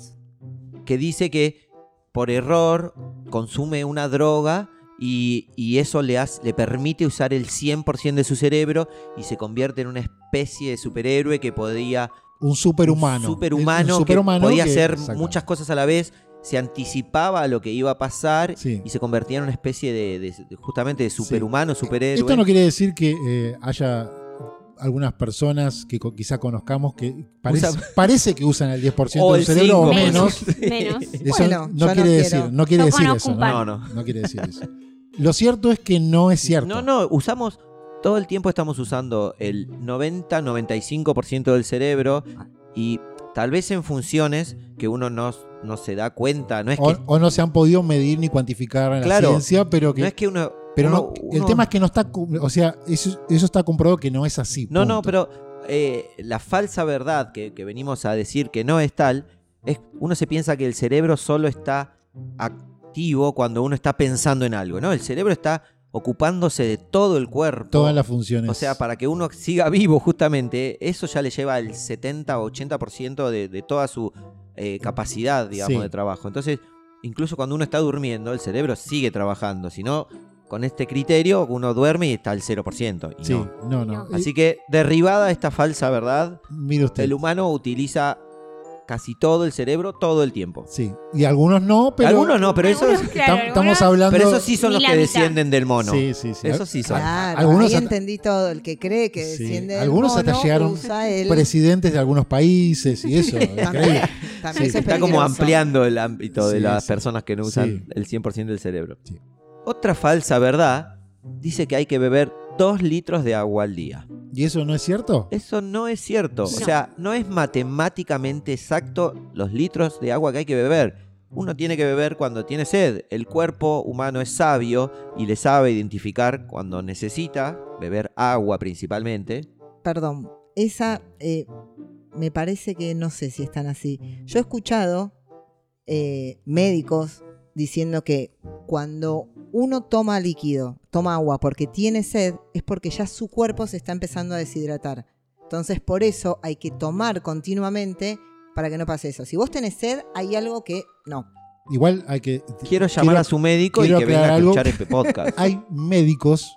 B: que dice que por error consume una droga y, y eso le, hace- le permite usar el 100% de su cerebro y se convierte en una especie de superhéroe que podía
A: Un superhumano.
B: superhumano,
A: Un
B: que
A: superhumano
B: podía
A: que-
B: hacer
A: exacto.
B: muchas cosas a la vez, se anticipaba a lo que iba a pasar
A: Sí.
B: y se convertía en una especie de, de- justamente de superhumano, superhéroe.
A: Esto no quiere decir que eh, haya algunas personas que co- quizá conozcamos que parece,
B: Usan-
A: parece que usan el 10% del
B: O Oh, el
A: cerebro o
B: 5%.
A: menos.
D: Menos.
A: Eso
C: Bueno,
A: no
C: yo no
A: quiere decir,
C: quiero.
A: no quiere
D: Yo
A: decir
D: conozco
A: eso.
D: un
A: ¿no?
D: par.
B: no, no.
A: No quiere decir eso. Lo cierto es que no es cierto.
B: No, no, usamos. Todo el tiempo estamos usando el 90-95% del cerebro
A: Ah.
B: y tal vez en funciones que uno no, no se da cuenta. No es
A: O,
B: que,
A: o no se han podido medir ni cuantificar en la
B: Claro,
A: ciencia, pero que.
B: no es que uno.
A: pero no,
B: uno-
A: el
B: uno-
A: tema es que no está. cu- O sea, eso, eso está comprobado que no es así.
B: No,
A: punto.
B: no, pero eh, la falsa verdad que, que venimos a decir que no es tal, es uno se piensa que el cerebro solo está activo cuando uno está pensando en algo, ¿no? El cerebro está ocupándose de todo el cuerpo.
A: Todas las funciones.
B: O sea, para que uno siga vivo justamente, eso ya le lleva el 70 o 80% de, de toda su eh, capacidad, digamos,
A: Sí.
B: de trabajo. Entonces, incluso cuando uno está durmiendo, el cerebro sigue trabajando. Si no, con este criterio, uno duerme y está al 0%. y
A: Sí,
B: no.
A: no, no.
D: No.
B: Así que, derribada esta falsa verdad,
A: Eh, mire usted.
B: el humano utiliza casi todo el cerebro todo el tiempo.
A: Sí. Y algunos no, pero.
B: Algunos no, pero, eso,
D: Algunos,
A: Tam-
D: claro, algunos-
A: Estamos hablando.
B: pero esos sí son
D: Ni
B: los
D: la
B: que
D: mitad. Ah,
B: descienden del mono.
A: Sí, sí, sí.
B: Eso sí son.
C: Claro,
A: Algunos
C: ahí
A: hasta-
C: entendí todo. El que cree que
A: Sí,
C: desciende del
A: algunos hasta
C: mono,
A: llegaron
C: usa el-
A: Presidentes de algunos países y eso. increíble.
C: También, también
A: Sí.
C: se
B: Está como
C: peligroso.
B: ampliando el ámbito de
A: Sí,
B: las
A: sí.
B: personas que no usan
A: Sí.
B: el 100% del cerebro.
A: Sí.
B: Otra falsa verdad dice que hay que beber 2 litros de agua al día.
A: ¿Y eso no es cierto?
B: Eso no es cierto. O
D: No.
B: sea, no es matemáticamente exacto los litros de agua que hay que beber. Uno tiene que beber cuando tiene sed. El cuerpo humano es sabio y le sabe identificar cuando necesita beber agua principalmente.
C: Perdón, esa eh, me parece que no sé si están así. Yo he escuchado eh, médicos diciendo que cuando uno toma líquido, toma agua porque tiene sed, es porque ya su cuerpo se está empezando a deshidratar. Entonces por eso hay que tomar continuamente para que no pase eso. Si vos tenés sed, hay algo que no.
A: Igual hay que.
B: Quiero llamar a su médico y
A: quiero
B: que venga a
A: aclarar algo.
B: escuchar este podcast.
A: Hay médicos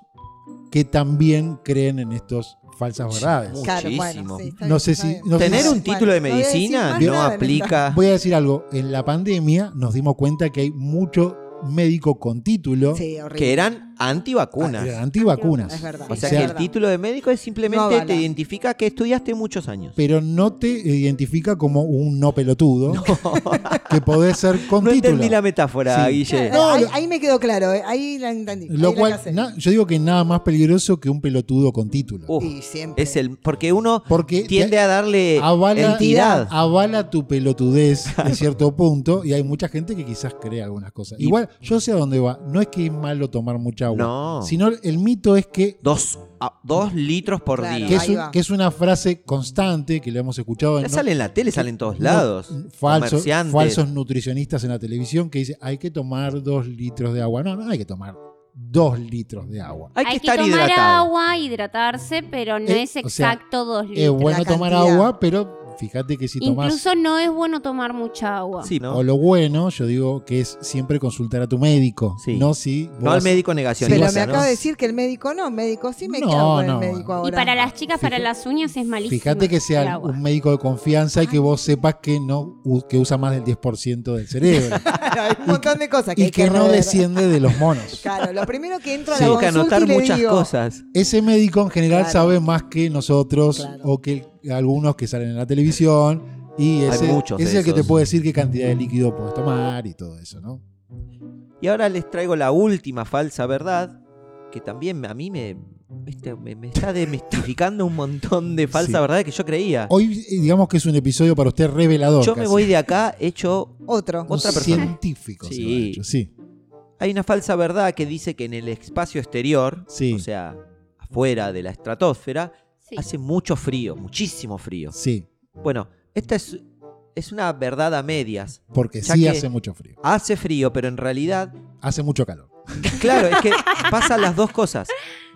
A: que también creen en estos falsas verdades.
B: Muchísimo.
C: está
A: No
C: bien,
A: sé
C: está
A: si-
C: bien.
A: no sé
B: Tener
A: si-
B: un título de
C: Bueno, voy a decir
B: medicina
C: más
B: no
C: nada en esta-
B: aplica.
A: Voy a decir algo. En la pandemia nos dimos cuenta que hay mucho médico con título
C: Sí, horrible.
B: que eran antivacunas.
A: a-
C: Es
A: Ah, antivacunas.
C: verdad.
B: o sea
A: Sí.
B: que el
C: verdad.
B: título de médico es
C: No
B: simplemente
C: avala.
B: te identifica que estudiaste muchos años.
A: Pero no te identifica como un no pelotudo, que podés ser con
B: no
A: título.
B: entendí la metáfora,
A: Sí.
B: Guille.
C: Claro,
A: No,
C: ahí,
A: lo-
C: ahí me quedó claro, eh, ahí la entendí.
A: Lo cual, na- yo digo que nada más peligroso que un pelotudo con título.
B: Uf,
C: y siempre.
B: es el porque uno
A: porque te-
B: Oh, tiende a darle
A: avala,
B: entidad.
A: avala tu pelotudez en cierto punto y hay mucha gente que quizás cree algunas cosas.
B: Y-
A: Igual, yo sé a dónde va. No es que es malo tomar mucha agua,
B: No.
A: sino el mito es que,
B: Dos, a- dos litros por
C: Claro.
A: que,
B: día.
A: es
C: Ahí
A: un-
C: va.
A: que es una frase constante que le hemos escuchado
B: Ya
A: en
B: sale en la tele, sale en todos lados.
A: no, falsos,
B: comerciantes.
A: falsos nutricionistas en la televisión que dicen hay que tomar dos litros de agua. No, no hay que tomar dos litros de agua.
B: Hay que estar
D: tomar
B: hidratado.
D: agua, hidratarse, pero no
A: Eh,
D: es
A: o sea,
D: exacto dos
A: Es
D: litros.
A: bueno tomar
C: cantidad.
A: agua, pero fíjate que si tomás
D: Incluso no es bueno tomar mucha agua.
B: Sí, ¿no?
A: O lo bueno, yo digo que es siempre consultar a tu médico.
B: Sí.
A: No si vos-
B: no al médico
C: Pero
B: negacionista.
A: Sí,
C: me
B: ¿no?
C: acaba de decir que el médico no, médico sí me
A: No,
C: quedo con
A: no.
C: el médico ahora.
D: Y para las chicas, para
A: Fija-
D: las uñas es malísimo.
A: Fíjate que
D: el
A: sea
D: agua. Ah.
A: un médico de confianza y que vos sepas que no u- que usa más del 10% del cerebro
C: Hay un montón de cosas que
A: y
C: hay
A: que no
C: rever.
A: desciende de los monos.
C: Claro, lo primero que entro
A: Sí.
C: a la
B: Tengo que
C: consulta
B: anotar
C: y le
B: muchas
C: digo,
B: cosas.
A: Ese médico en general
C: Claro.
A: sabe más que nosotros
C: Claro.
A: o que algunos que salen en la televisión y
B: Hay
A: ese,
B: muchos
A: ese es
B: de
A: el que te
B: esos.
A: puede decir qué cantidad de líquido puedes tomar y todo eso, ¿no?
B: Y ahora les traigo la última falsa verdad, que también a mí me, viste, me, me está demistificando un montón de falsa
A: Sí.
B: verdad que yo creía.
A: Hoy eh, digamos que es un episodio para usted revelador.
B: Yo me
A: casi.
B: voy de acá hecho...
C: Otro.
A: Un
B: otra persona.
A: científico. se
B: Sí.
A: va a hecho, sí.
B: Hay una falsa verdad que dice que en el espacio exterior,
A: Sí.
B: o sea, afuera de la estratosfera,
D: Sí.
B: hace mucho frío, muchísimo frío.
A: Sí.
B: Bueno, esta es, es una verdad a medias.
A: Porque
B: Ya
A: sí
B: que-
A: hace mucho frío.
B: Hace frío, pero en realidad
A: Hace mucho calor.
B: Claro, es que pasan las dos cosas.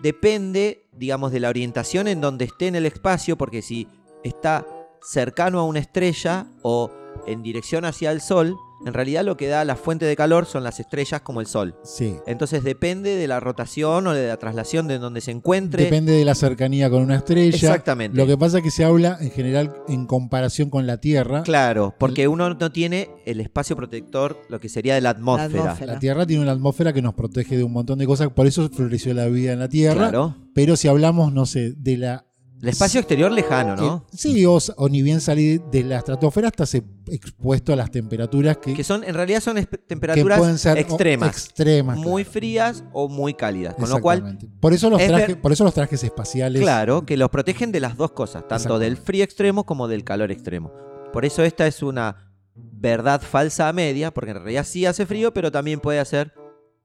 B: Depende, digamos, de la orientación en donde esté en el espacio, porque si está cercano a una estrella o en dirección hacia el sol, En realidad lo que da la fuente de calor son las estrellas como el sol.
A: Sí.
B: Entonces depende de la rotación o de la traslación de donde se encuentre.
A: Depende de la cercanía con una estrella.
B: Exactamente.
A: Lo que pasa es que se habla en general en comparación con la Tierra.
B: Claro, porque uno no tiene el espacio protector, lo que sería de la atmósfera.
C: atmósfera.
A: La Tierra tiene una atmósfera que nos protege de un montón de cosas, por eso floreció la vida en la Tierra.
B: Claro.
A: Pero si hablamos, no sé, de la.
B: El espacio exterior lejano, Ah, ¿no?
A: eh, sí, o, o ni bien salir de la estratosfera, estás eh, expuesto a las temperaturas que,
B: Que son, en realidad son espe-
A: que
B: temperaturas
A: pueden ser o-
B: extremas.
A: extremas,
B: Muy
A: claro.
B: frías o muy cálidas. Con lo cual,
A: Exactamente. por eso los
B: es ver-
A: trajes, por eso los trajes espaciales.
B: Claro, que los protegen de las dos cosas, tanto del frío extremo como del calor extremo. Por eso esta es una verdad falsa a media, porque en realidad sí hace frío, pero también puede hacer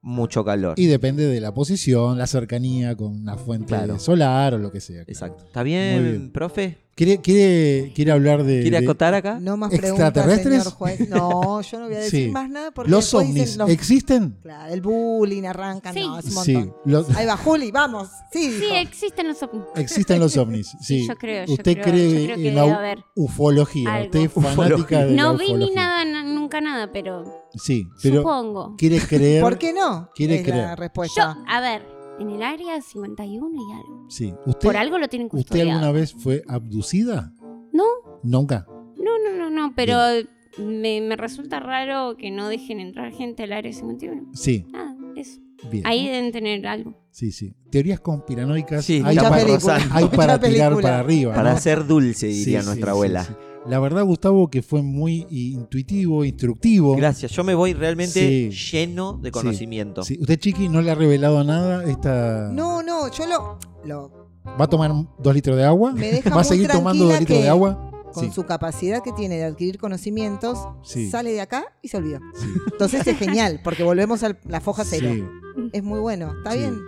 B: mucho calor.
A: Y depende de la posición, la cercanía con una fuente
B: Claro.
A: solar o lo que sea.
B: Exacto. ¿Está
A: Muy
B: bien,
A: bien.
B: profe?
A: ¿Quiere, quiere, quiere hablar de,
B: ¿Quiere
A: de
B: acotar acá?
C: No más preguntas,
A: ¿Extraterrestres?
C: señor juez. No, yo no voy a decir
A: Sí.
C: más nada porque
A: los
C: después
A: ovnis?
C: dicen los-
A: ¿Existen?
C: Claro, el bullying arranca,
D: Sí.
C: no, es un
A: Sí,
C: montón.
A: los-
C: Ahí va Juli, vamos. Sí,
D: Sí,
C: dijo.
D: existen los ovnis.
A: existen los ovnis. Sí.
D: Yo creo, yo
A: Usted
D: creo,
A: cree
D: yo creo que
A: en
D: debe
A: la u-
D: haber.
A: ufología.
D: Algo.
A: Usted es fanática
B: Ufología.
A: de la
D: No vi ni
A: ufología.
D: nada, no- nunca nada, pero
A: Sí, pero
D: supongo.
A: quiere creer.
C: ¿Por qué no?
A: Quiere
C: es la
A: creer.
D: Yo,
C: respuesta.
D: a ver, en el área 51 y algo.
A: Sí. ¿Usted,
D: Por algo lo tienen
A: ¿Usted
D: custodiado.
A: alguna vez fue abducida?
D: No,
A: Nunca.
D: no, no, no, no, pero me, me resulta raro que no dejen entrar gente al área 51.
A: Sí,
D: Nada, eso.
A: bien.
D: Ahí deben tener algo.
A: Sí, sí. Teorías conspiranoicas
B: Sí,
A: hay
C: Mucha
A: para,
C: película.
A: hay
C: Mucha
A: para tirar
C: película.
A: para arriba.
B: Para
A: ¿no?
B: ser dulce,
A: Sí,
B: diría
A: sí,
B: nuestra
A: sí,
B: abuela.
A: sí. La verdad, Gustavo, que fue muy intuitivo, instructivo.
B: Gracias, yo me voy realmente
A: Sí.
B: lleno de conocimiento.
A: Sí, Usted, Chiqui, no le ha revelado nada. Esta...
C: No, no, yo lo, lo-
A: ¿Va a tomar dos litros de agua?
C: me deja
A: ¿Va a
C: muy
A: seguir tomando dos
C: tranquila
A: litros
C: que
A: de agua?
C: con
A: Sí,
C: su capacidad que tiene de adquirir conocimientos,
A: sí,
C: sale de acá y se olvida.
A: sí.
C: Entonces es genial, porque volvemos a la foja cero.
A: Sí,
C: Es muy bueno, está
A: Sí.
C: bien.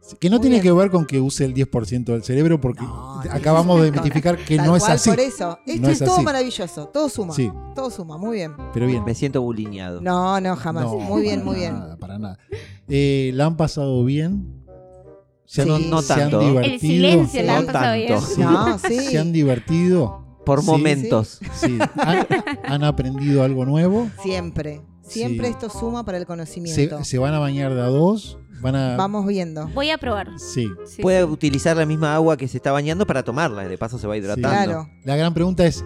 A: sí. Que no
C: Muy
A: tiene
C: bien.
A: que ver con que use el 10% del cerebro, porque
C: No, no,
A: acabamos
C: no,
A: de
C: no.
A: mitificar que
C: Tal
A: no es
C: cual,
A: así.
C: Por eso, esto
A: No
C: es,
A: es
C: todo
A: así.
C: maravilloso, todo suma,
A: Sí,
C: todo suma, muy bien.
A: pero bien.
B: Me siento bulineado.
C: No, no, jamás.
A: No,
C: muy bien,
A: para
C: muy bien.
A: nada, para nada. Eh, ¿La han pasado bien? ¿Se han,
C: Sí. No
A: se han
B: tanto. El
A: divertido?
D: El silencio,
C: Sí.
D: la han
B: No
D: pasado
B: tanto.
D: bien.
A: Sí.
C: No, sí.
A: ¿Se han divertido?
B: Por
A: Sí,
B: momentos.
A: Sí. ¿Han, han aprendido algo nuevo?
C: Siempre. Siempre esto suma para el conocimiento.
A: ¿Se, se van a bañar de a dos? ¿Van a...?
C: Vamos viendo.
D: Voy a probar.
A: Sí.
D: Sí,
B: Puede
D: sí.
B: utilizar la misma agua que se está bañando para tomarla, de paso se va hidratando.
C: Claro.
A: La gran pregunta es,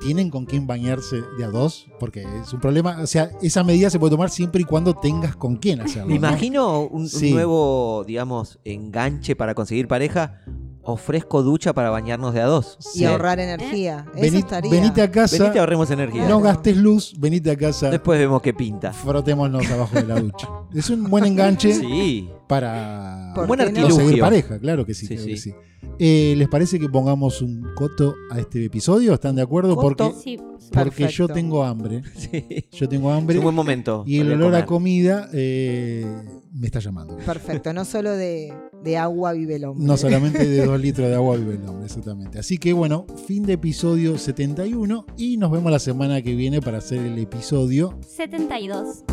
A: ¿tienen con quién bañarse de a dos? Porque es un problema, o sea, esa medida se puede tomar siempre y cuando tengas con quién hacerlo.
B: Me
A: ¿no?
B: imagino un, un
A: Sí.
B: nuevo, digamos, enganche para conseguir pareja. Ofrezco ducha para bañarnos de a dos.
A: Sí.
C: Y ahorrar energía. Eso
A: Vení-
C: estaría.
A: venite a casa,
B: Venite, ahorremos energía.
A: no
C: Claro.
A: gastes luz, venite a casa,
B: Después vemos qué pinta.
A: frotémonos abajo de la ducha. Es un buen enganche
B: Sí.
A: para
C: ¿Por
B: Buen
C: qué no?
A: conseguir
B: artilugio.
A: pareja, claro que sí.
B: Sí,
A: claro
B: sí.
A: que sí. Eh, ¿Les parece que pongamos un coto a este episodio? ¿Están de acuerdo?
B: Coto.
A: Porque,
D: Sí, por supuesto.
A: porque yo
C: Perfecto.
A: tengo hambre.
B: Sí.
A: Yo tengo
B: Es
A: hambre.
B: un buen momento.
A: Y el
B: para
A: olor a
B: comer.
A: comida eh, me está llamando.
C: Perfecto. No solo de, de agua vive el hombre.
A: No solamente de 2 litros de agua vive el hombre, exactamente. Así que bueno, fin de episodio 71 y nos vemos la semana que viene para hacer el episodio
D: 72.